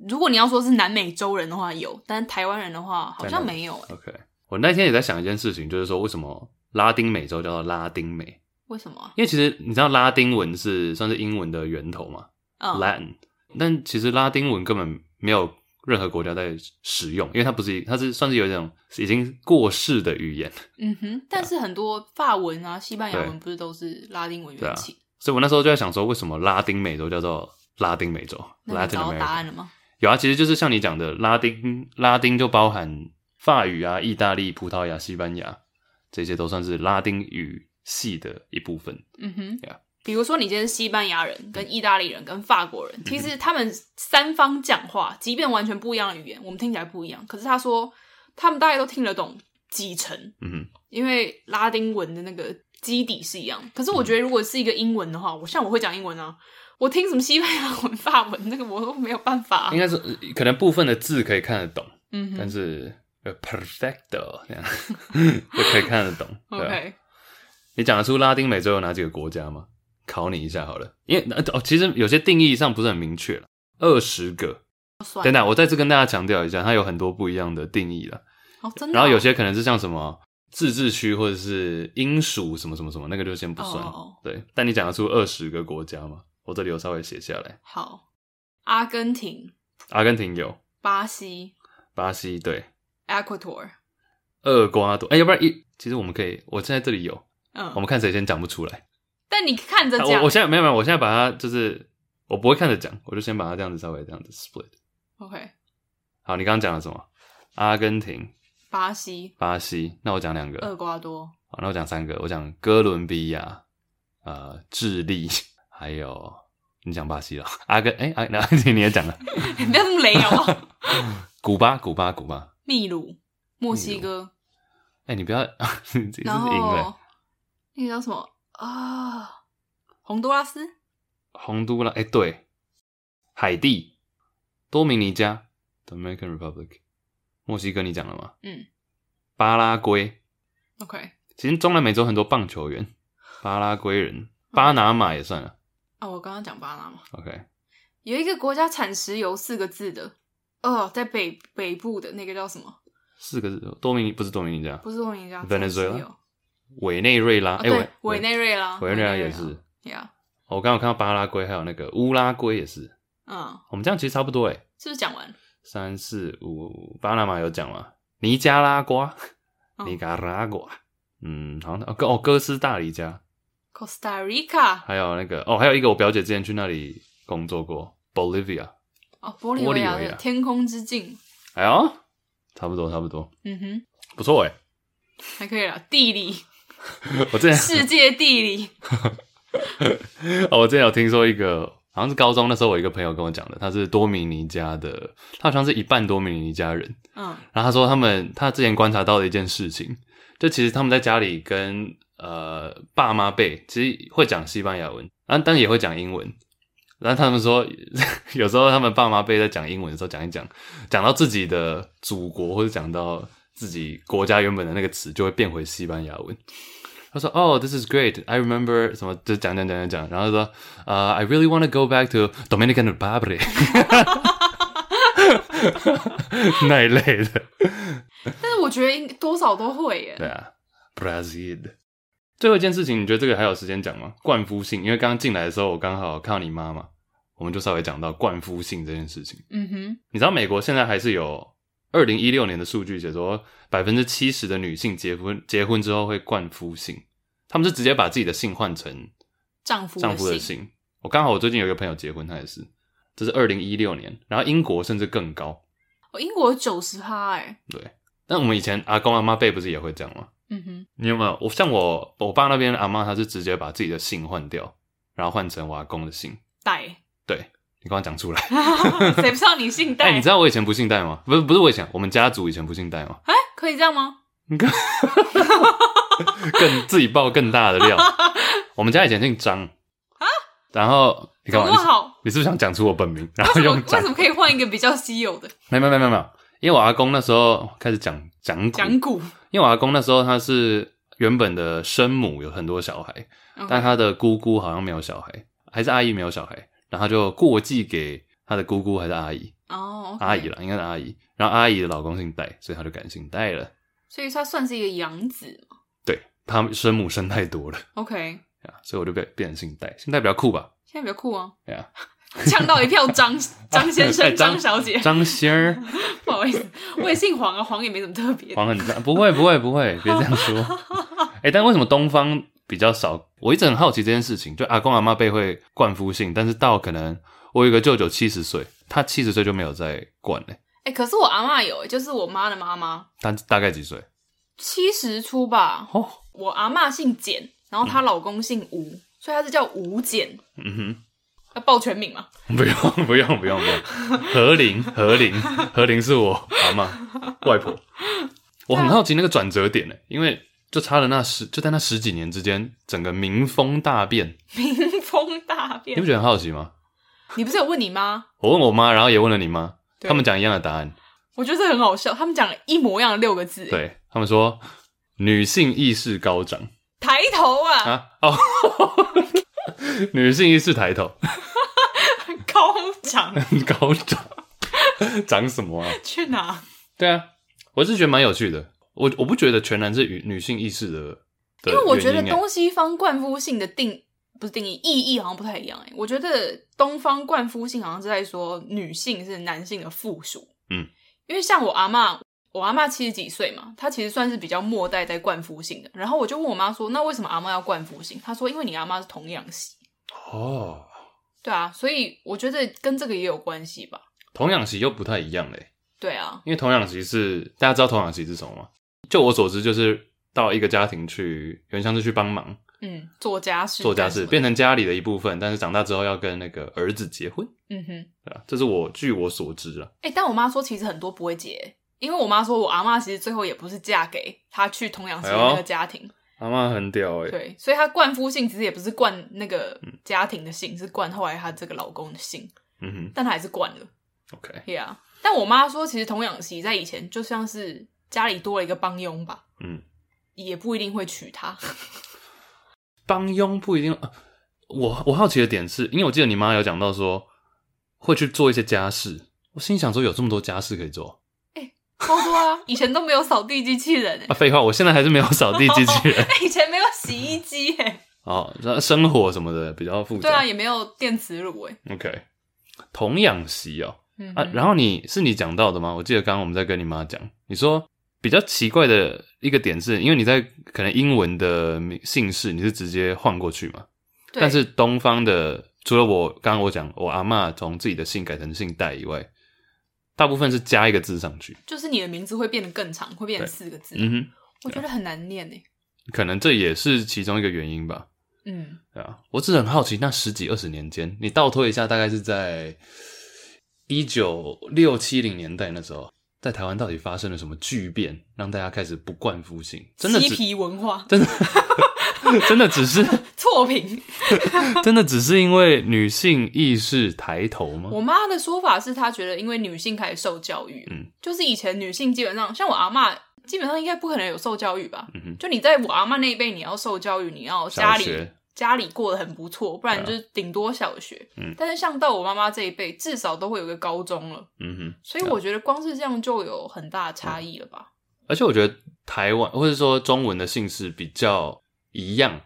如果你要说是南美洲人的话有，但是台湾人的话好像没有、诶，
？OK，我那天也在想一件事情，就是说为什么拉丁美洲叫做拉丁美？
为什么啊
因为其实你知道拉丁文是算是英文的源头嘛，
啊？嗯，
Latin，但其实拉丁文根本没有任何国家在使用，因为它不是一，它是算是有一种已经过世的语言。
嗯哼，但是很多法文啊、西班牙
对
文不是都是拉丁文
对啊
源起？
所以我那时候就在想说，为什么拉丁美洲叫做拉丁美洲
那你
（Latin
找到答
America）？
案了吗？
有啊，其实就是像你讲的，拉丁拉丁就包含法语啊、意大利、葡萄牙、西班牙，这些都算是拉丁语系的一部分。
嗯哼
Yeah.
比如说你今天是西班牙人、跟意大利人、跟法国
嗯
人，其实他们三方讲话，即便完全不一样的语言，我们听起来不一样，可是他说他们大概都听得懂几成，
嗯哼。
因为拉丁文的那个基底是一样。可是我觉得如果是一个英文的话，我像我会讲英文啊，我听什么西班牙文、法文那个我都没有办法、
(laughs) 应该是呃可能部分的字可以看得懂，
啊嗯哼
但是呃 perfecto 这样 (laughs) 就可以看得
(laughs)
懂。对啊吧
，OK，
你讲得出拉丁美洲有哪几个国家吗？考你一下好了，因为呃哦，其实有些定义上不是很明确了，二十个。
算
等等，我再次跟大家强调一下，它有很多不一样的定义了。
哦，真的哦、
然后有些可能是像什么自治区或者是英属什么什么什么，那个就先不算。
哦哦哦
对，但你讲得出二十个国家吗？我这里有稍微写下来，
好，阿根廷、
阿根廷有，
巴西、
巴西对，
Ecuador，
厄瓜多，哎、要不然一，其实我们可以，我现在这里有，我
嗯，
们看谁先讲不出来。
但你看着
(laughs) 啊
讲、
我我现在没有没有，我现在把它就是，我不会看着讲，我就先把它这样子稍微这样子 split。
OK，
好，你刚刚讲了什么？阿根廷、
巴西、
巴西，那我讲两个，
厄瓜多。
好，那我讲三个，我讲哥伦比亚、呃，智利，还有你讲巴西了，阿根，哎、阿，那 (laughs) 你也讲了，
没有那么雷 (laughs) 好不好？ (laughs)
古巴，古巴，古巴，
秘鲁、墨西哥，
哎、你不要， (laughs) 你这是赢
然
了
后，那个叫什么啊？洪都拉斯、
洪都拉，哎、对，海地、多米尼加 （Dominican Republic）、墨西哥，你讲了吗？
嗯，
巴拉圭，
，OK
其实中南美洲很多棒球员，巴拉圭人，
哦
巴拿马也算了。
啊，我刚刚讲巴拿马，
OK，
有一个国家产石油四个字的，哦，在北北部的那个叫什么？
四个字，多米尼不是多米尼加，
不是多米尼加
Venezuela
产石油
委内瑞拉，
啊
哎、
对，
委
委内瑞拉，
委内瑞拉也是。
，Yeah，
我刚刚有看到巴拉圭，还有那个乌拉圭也是。
嗯，
我们这样其实差不多哎，
是不是讲完？
三四五，巴拿马有讲吗？尼加拉瓜，
嗯
尼加拉瓜，嗯，好像哦哥哦哥斯达黎加，
Costa Rica，
还有那个哦，还有一个我表姐之前去那里工作过，Bolivia。
哦，玻利维
玻利
亚
维亚
的天空之境，
哎呦，差不多差不多，
嗯哼，
不错哎。
还可以啦，
(laughs)
地理，
我之前
世界地理，
哦，我之前有听说一个好像是高中那时候，我一个朋友跟我讲的，他是多米尼加的，他好像是一半多米尼加人。
嗯
然后他说他们他之前观察到的一件事情，就其实他们在家里跟呃爸妈辈其实会讲西班牙文，啊，但也会讲英文。然后他们说， (laughs) 有时候他们爸妈辈在讲英文的时候讲一讲，讲到自己的祖国或者讲到自己国家原本的那个词，就会变回西班牙文。他说：“哦、t h i s is great. I remember 什么，就讲讲讲讲讲。”然后他说：“呃、i really want to go back to Dominican Republic (laughs) 那一类的。”
但是我觉得应多少都会耶。
对啊，Brazil。最后一件事情，你觉得这个还有时间讲吗？冠夫姓，因为刚刚进来的时候，我刚好看到你妈妈，我们就稍微讲到冠夫姓这件事情。
嗯哼，
你知道美国现在还是有二零一六年的数据写说，百分之七十的女性结婚结婚之后会冠夫姓，他们是直接把自己的姓换成
丈夫
丈夫的
的
姓。我刚好我最近有一个朋友结婚，他也是，这是二零一六年，然后英国甚至更高。
哦，英国九十趴哎。
但我们以前阿公阿妈辈不是也会这样吗？
嗯哼，
你有没有？我像我我爸那边的阿妈，她是直接把自己的姓换掉，然后换成我阿公的姓。 (laughs)
戴，
对你刚刚讲出来，
谁不知道你姓
哎、
戴？
你知道我以前不姓戴吗？不是不是我以前，我们家族以前不姓戴吗？ (laughs)
哎，可以这样吗？
更自己爆更大的
(laughs)
料。我们家以前姓张啊，然后你
搞
干嘛？
不
你是
好，
你是 (laughs) 不是想讲出我本名，然后
为什
用
么为
张
什？么可以换一个比较稀有
(laughs)
的
没没没没没有，因为我阿公那时候开始讲讲古，
讲古？
因为我阿公那时候他是原本的生母有很多小孩，
嗯
但他的姑姑好像没有小孩，还是阿姨没有小孩，然后他就过继给他的姑姑还是阿姨，
哦，
阿姨，了，应该是阿姨。然后阿姨的老公姓戴，所以他就改姓戴了。
所以他算是一个养子嘛。
对他们生母生太多了
OK，
啊，所以我就变变成姓戴，姓戴比较酷吧？
现在比较酷啊，
对啊，
呛到一票
(laughs)
张张先
哎
生、
张
张小姐，
张星儿
不好意思，我也姓黄啊，黄也没怎么特别。
黄很张，不会不会不会，别这样说。哎、但为什么东方比较少？我一直很好奇这件事情，就阿公阿妈辈会冠夫姓，但是到可能我有一个舅舅七十岁，他七十岁就没有再冠了、
哎、可是我阿嬷有，就是我妈的妈妈，
他大概几岁？
七十出吧。
哦，
我阿嬷姓简，然后她老公姓吴，所以她是叫吴简，
嗯哼。
要报全名嘛？ (laughs)
(laughs) 不用不用不用不用，何 (laughs) 玲何玲何玲是我阿妈外婆。我很好奇那个转折点呢，欸因为就差了那十，就在那十几年之间，整个民风大变。
民风大
你
变
不，觉得很好奇吗？
你不是有问你妈？
我问我妈，然后也问了你妈，
对
他们讲一样的答案。
我觉得这很好笑，他们讲了一模一样的六个字，
对他们说，女性意识高涨
抬头啊，
啊哦， (laughs) 女性意识抬头 (laughs)
高涨
高涨， (laughs) 涨什么啊？
(laughs) 去哪？
对啊，我是觉得蛮有趣的。我我不觉得全然是女女性意识的，的
因为我觉得
原因欸
东西方冠夫姓的定不是定义意义好像不太一样哎、我觉得东方冠夫姓好像是在说女性是男性的附属，
嗯，
因为像我阿嬷，我阿嬷七十几岁嘛，她其实算是比较末代在冠夫姓的。然后我就问我妈说，那为什么阿嬷要冠夫姓？她说因为你阿嬷是童养媳，
哦，
对啊，所以我觉得跟这个也有关系吧。
童养媳又不太一样嘞，
对啊，
因为童养媳是大家知道童养媳是什么吗？就我所知，就是到一个家庭去，原像是去帮忙
嗯，做家事，
做家事，，变成家里的一部分，但是长大之后要跟那个儿子结婚，
嗯哼。
对啊吧？这是我据我所知啊。
哎、但我妈说其实很多不会结，因为我妈说我阿嬷其实最后也不是嫁给她去童养媳的那
哎
个
呦
家庭，
阿妈很屌哎、
对，所以她冠夫姓其实也不是冠那个家庭的姓，是冠后来她这个老公的姓，
嗯
但她还是冠了
哼，OK，
，Yeah。但我妈说其实童养媳在以前就像是家里多了一个帮佣吧，
嗯，
也不一定会娶她，
帮佣不一定。呃我我好奇的点是，因为我记得你妈有讲到说会去做一些家事，我心想说有这么多家事可以做
超多啊，以前都没有扫地机器人、欸 (laughs)
啊！，废话，我现在还是没有扫地机器人
以前没有洗衣机、欸，
哦，那生活什么的比较复杂。
对啊，也没有电磁炉、欸，哎，
OK，童养媳哦
嗯
啊，
哼
然后你是你讲到的吗？我记得刚刚我们在跟你妈讲，你说比较奇怪的一个点是，因为你在可能英文的名姓氏你是直接换过去嘛，
对
但是东方的除了我刚刚我讲我阿嬷从自己的姓改成姓戴以外，大部分是加一个字上去。
就是你的名字会变得更长，会变成
对
四个字，
嗯哼，
我觉得很难念诶、欸
可能这也是其中一个原因吧。
嗯，
对啊，我只是很好奇，那十几二十年间，你倒推一下，大概是在一九六七零年代那时候，在台湾到底发生了什么巨变，让大家开始不惯服刑？真的
嬉
只
皮文化
真的 (laughs) 真的只是
错评。
真的只是因为女性意识抬头吗？
我妈的说法是，她觉得因为女性开始受教育，
嗯，
就是以前女性基本上像我阿嬷，基本上应该不可能有受教育吧。
嗯哼
就你在我阿嬷那一辈，你要受教育，你要
小
家
学啊
里家里过得很不错，不然就是顶多小学。
嗯
但是像到我妈妈这一辈，至少都会有个高中了，
嗯哼，
所以我觉得光是这样就有很大的差异了吧。
而且我觉得台湾或者说中文的姓氏比较一样，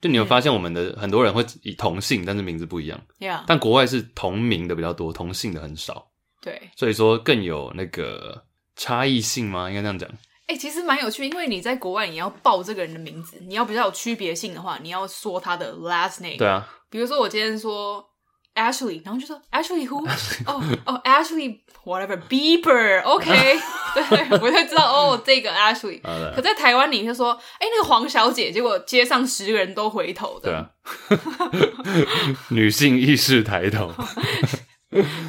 就你有
嗯
发现我们的很多人会以同姓，但是名字不一样，
Yeah，
但国外是同名的比较多，同姓的很少。
对，
所以说更有那个差异性吗？应该这样讲。
哎、其实蛮有趣，因为你在国外你要报这个人的名字，你要比较有区别性的话，你要说他的 last name。
对啊，
比如说我今天说 Ashley，然后就说 Ashley who？哦哦，Ashley whatever (laughs) Bieber，OK，、对 (laughs) 我就知道哦，这个 Ashley。
好的，
可在台湾，你就说，哎、那个黄小姐，结果街上十个人都回头的，
对
(laughs)
啊，女性意识抬头。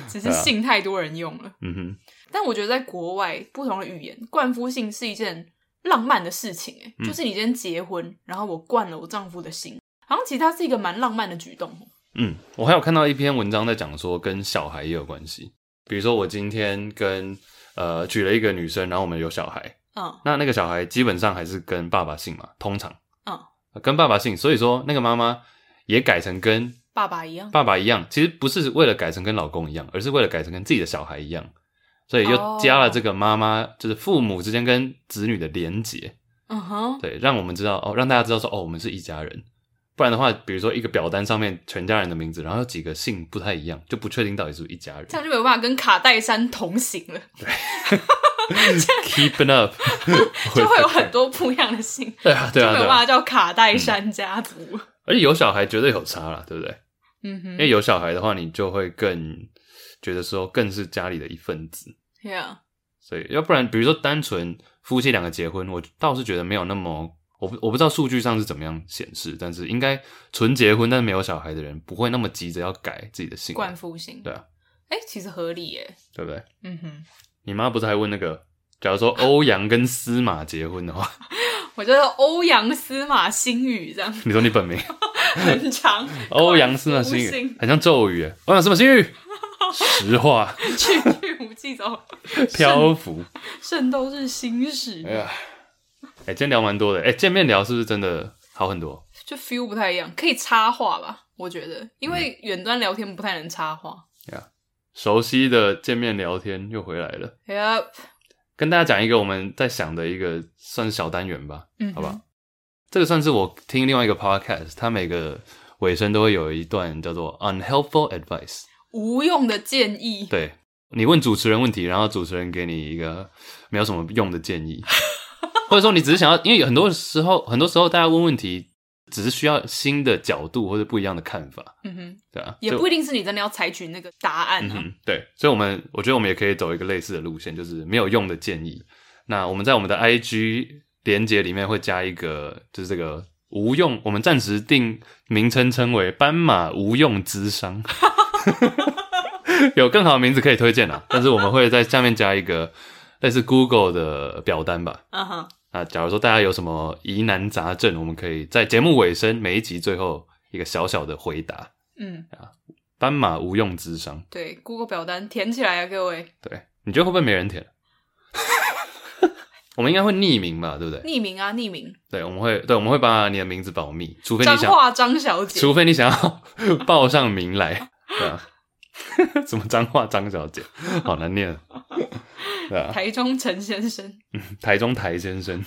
只是
啊
姓太多人用了。
嗯哼，
但我觉得在国外，不同的语言，冠夫姓是一件浪漫的事情、欸，
嗯
就是你今天结婚，然后我冠了我丈夫的姓，好像其实它是一个蛮浪漫的举动哦。
嗯，我还有看到一篇文章在讲说跟小孩也有关系，比如说我今天跟呃娶了一个女生，然后我们有小孩，
嗯
那那个小孩基本上还是跟爸爸姓嘛，通常
嗯，
跟爸爸姓，所以说那个妈妈也改成跟
爸爸一样，
爸爸一样，其实不是为了改成跟老公一样，而是为了改成跟自己的小孩一样，所以又
哦
加了这个妈妈，就是父母之间跟子女的连结，
嗯哼，
对，让我们知道哦，让大家知道说哦，我们是一家人。不然的话，比如说一个表单上面全家人的名字，然后有几个姓不太一样，就不确定到底是不是一家人
这。样就没有办法跟卡戴珊同行
(laughs)
了，
Keeping up，
(laughs) 就会有很多不一样的姓，
(laughs) 对啊， (laughs) 对
就
啊，
没
对
有办
啊
法。叫卡戴珊家族。
而且有小孩绝对有差啦，对不对？
嗯哼
因为有小孩的话，你就会更觉得说更是家里的一份子。
，Yeah，
所以要不然，比如说单纯夫妻两个结婚，我倒是觉得没有那么，我不我不知道数据上是怎么样显示，但是应该纯结婚但是没有小孩的人，不会那么急着要改自己的姓，
冠夫姓，
对啊，
哎、其实合理耶。
对不对？
嗯哼，
你妈不是还问那个，假如说欧阳跟司马结婚
(laughs)
的话，
我觉得欧阳司马星宇这样
你说你
(laughs)
本名
很长，
欧阳司马星
冠夫
宇，很像咒语耶，欧阳司马星宇， (laughs) 实
(laughs)
话
去去无忌走，
漂浮，
圣斗士星矢，
哎呀，哎，今天聊蛮多的，哎，见面聊是不是真的好很多？
就 feel 不太一样，可以插话吧？我觉得，因为远端聊天不太能插话。
熟悉的见面聊天又回来了。
哎呀，
跟大家讲一个我们在想的一个算是小单元吧，
嗯，
好吧，这个算是我听另外一个 podcast，它每个尾声都会有一段叫做 unhelpful advice，
无用的建议，
对你问主持人问题，然后主持人给你一个没有什么用的建
(laughs)
议，或者说你只是想要，因为有很多时候很多时候大家问问题只是需要新的角度或者不一样的看法，
嗯哼，
对啊，
也
就
不一定是你真的要采取那个答案
嗯
啊。
哼，对，所以我们我觉得我们也可以走一个类似的路线，就是没有用的建议。那我们在我们的 IG 连接里面会加一个，就是这个无用，我们暂时定名称称为“斑马无用之商”。 (laughs) 有更好的名字可以推荐啦，但是我们会在下面加一个类似 Google 的表单吧。
嗯哼，
啊，假如说大家有什么疑难杂症，我们可以在节目尾声每一集最后一个小小的回答。
嗯，
斑马无用之商，
对，Google 表单填起来啊，各位，
对，你觉得会不会没人填？ (laughs) 我们应该会匿名吧，对不对？
匿名啊，匿名，
对，我们会，对，我们会把你的名字保密，除非
彰
你想，
化张小姐，
除非你想 (laughs) 要报上名来， (laughs) 对啊。什么脏话，张小姐，好难念，啊 (laughs) 对啊，
台中陈先生，
台中台先生，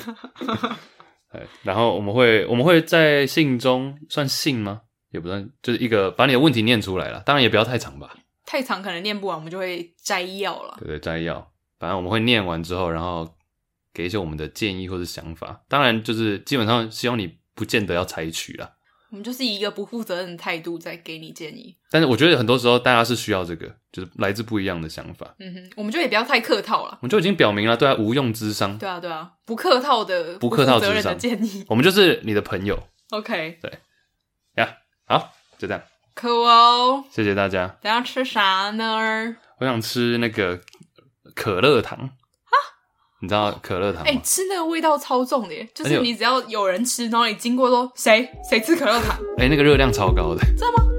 (laughs) 对，然后我们会，我们会在信中算信吗？也不算，就是一个把你的问题念出来了，当然也不要太长吧，
太长可能念不完，我们就会摘要了。
对对，摘要，反正我们会念完之后，然后给一些我们的建议或者想法。当然，就是基本上希望你不见得要采取啦，
我们就是以一个不负责任的态度在给你建议。
但是我觉得很多时候大家是需要这个，就是来自不一样的想法。
嗯哼，我们就也不要太客套了。
我们就已经表明了，对啊，无用之商，
对啊，对啊，不客套的、
不客套
负责任
之
的
上
建议。
我们就是你的朋友。
OK，
呀、好，就这样，
可哦，
谢谢大家。
等一下吃啥呢？
我想吃那个可乐糖你知道可乐糖
哎、
吗？
吃那个味道超重的耶，就
而且
是你只要有人吃，然后你经过说谁谁吃可乐糖，
哎、那个热量超高的，
知道吗？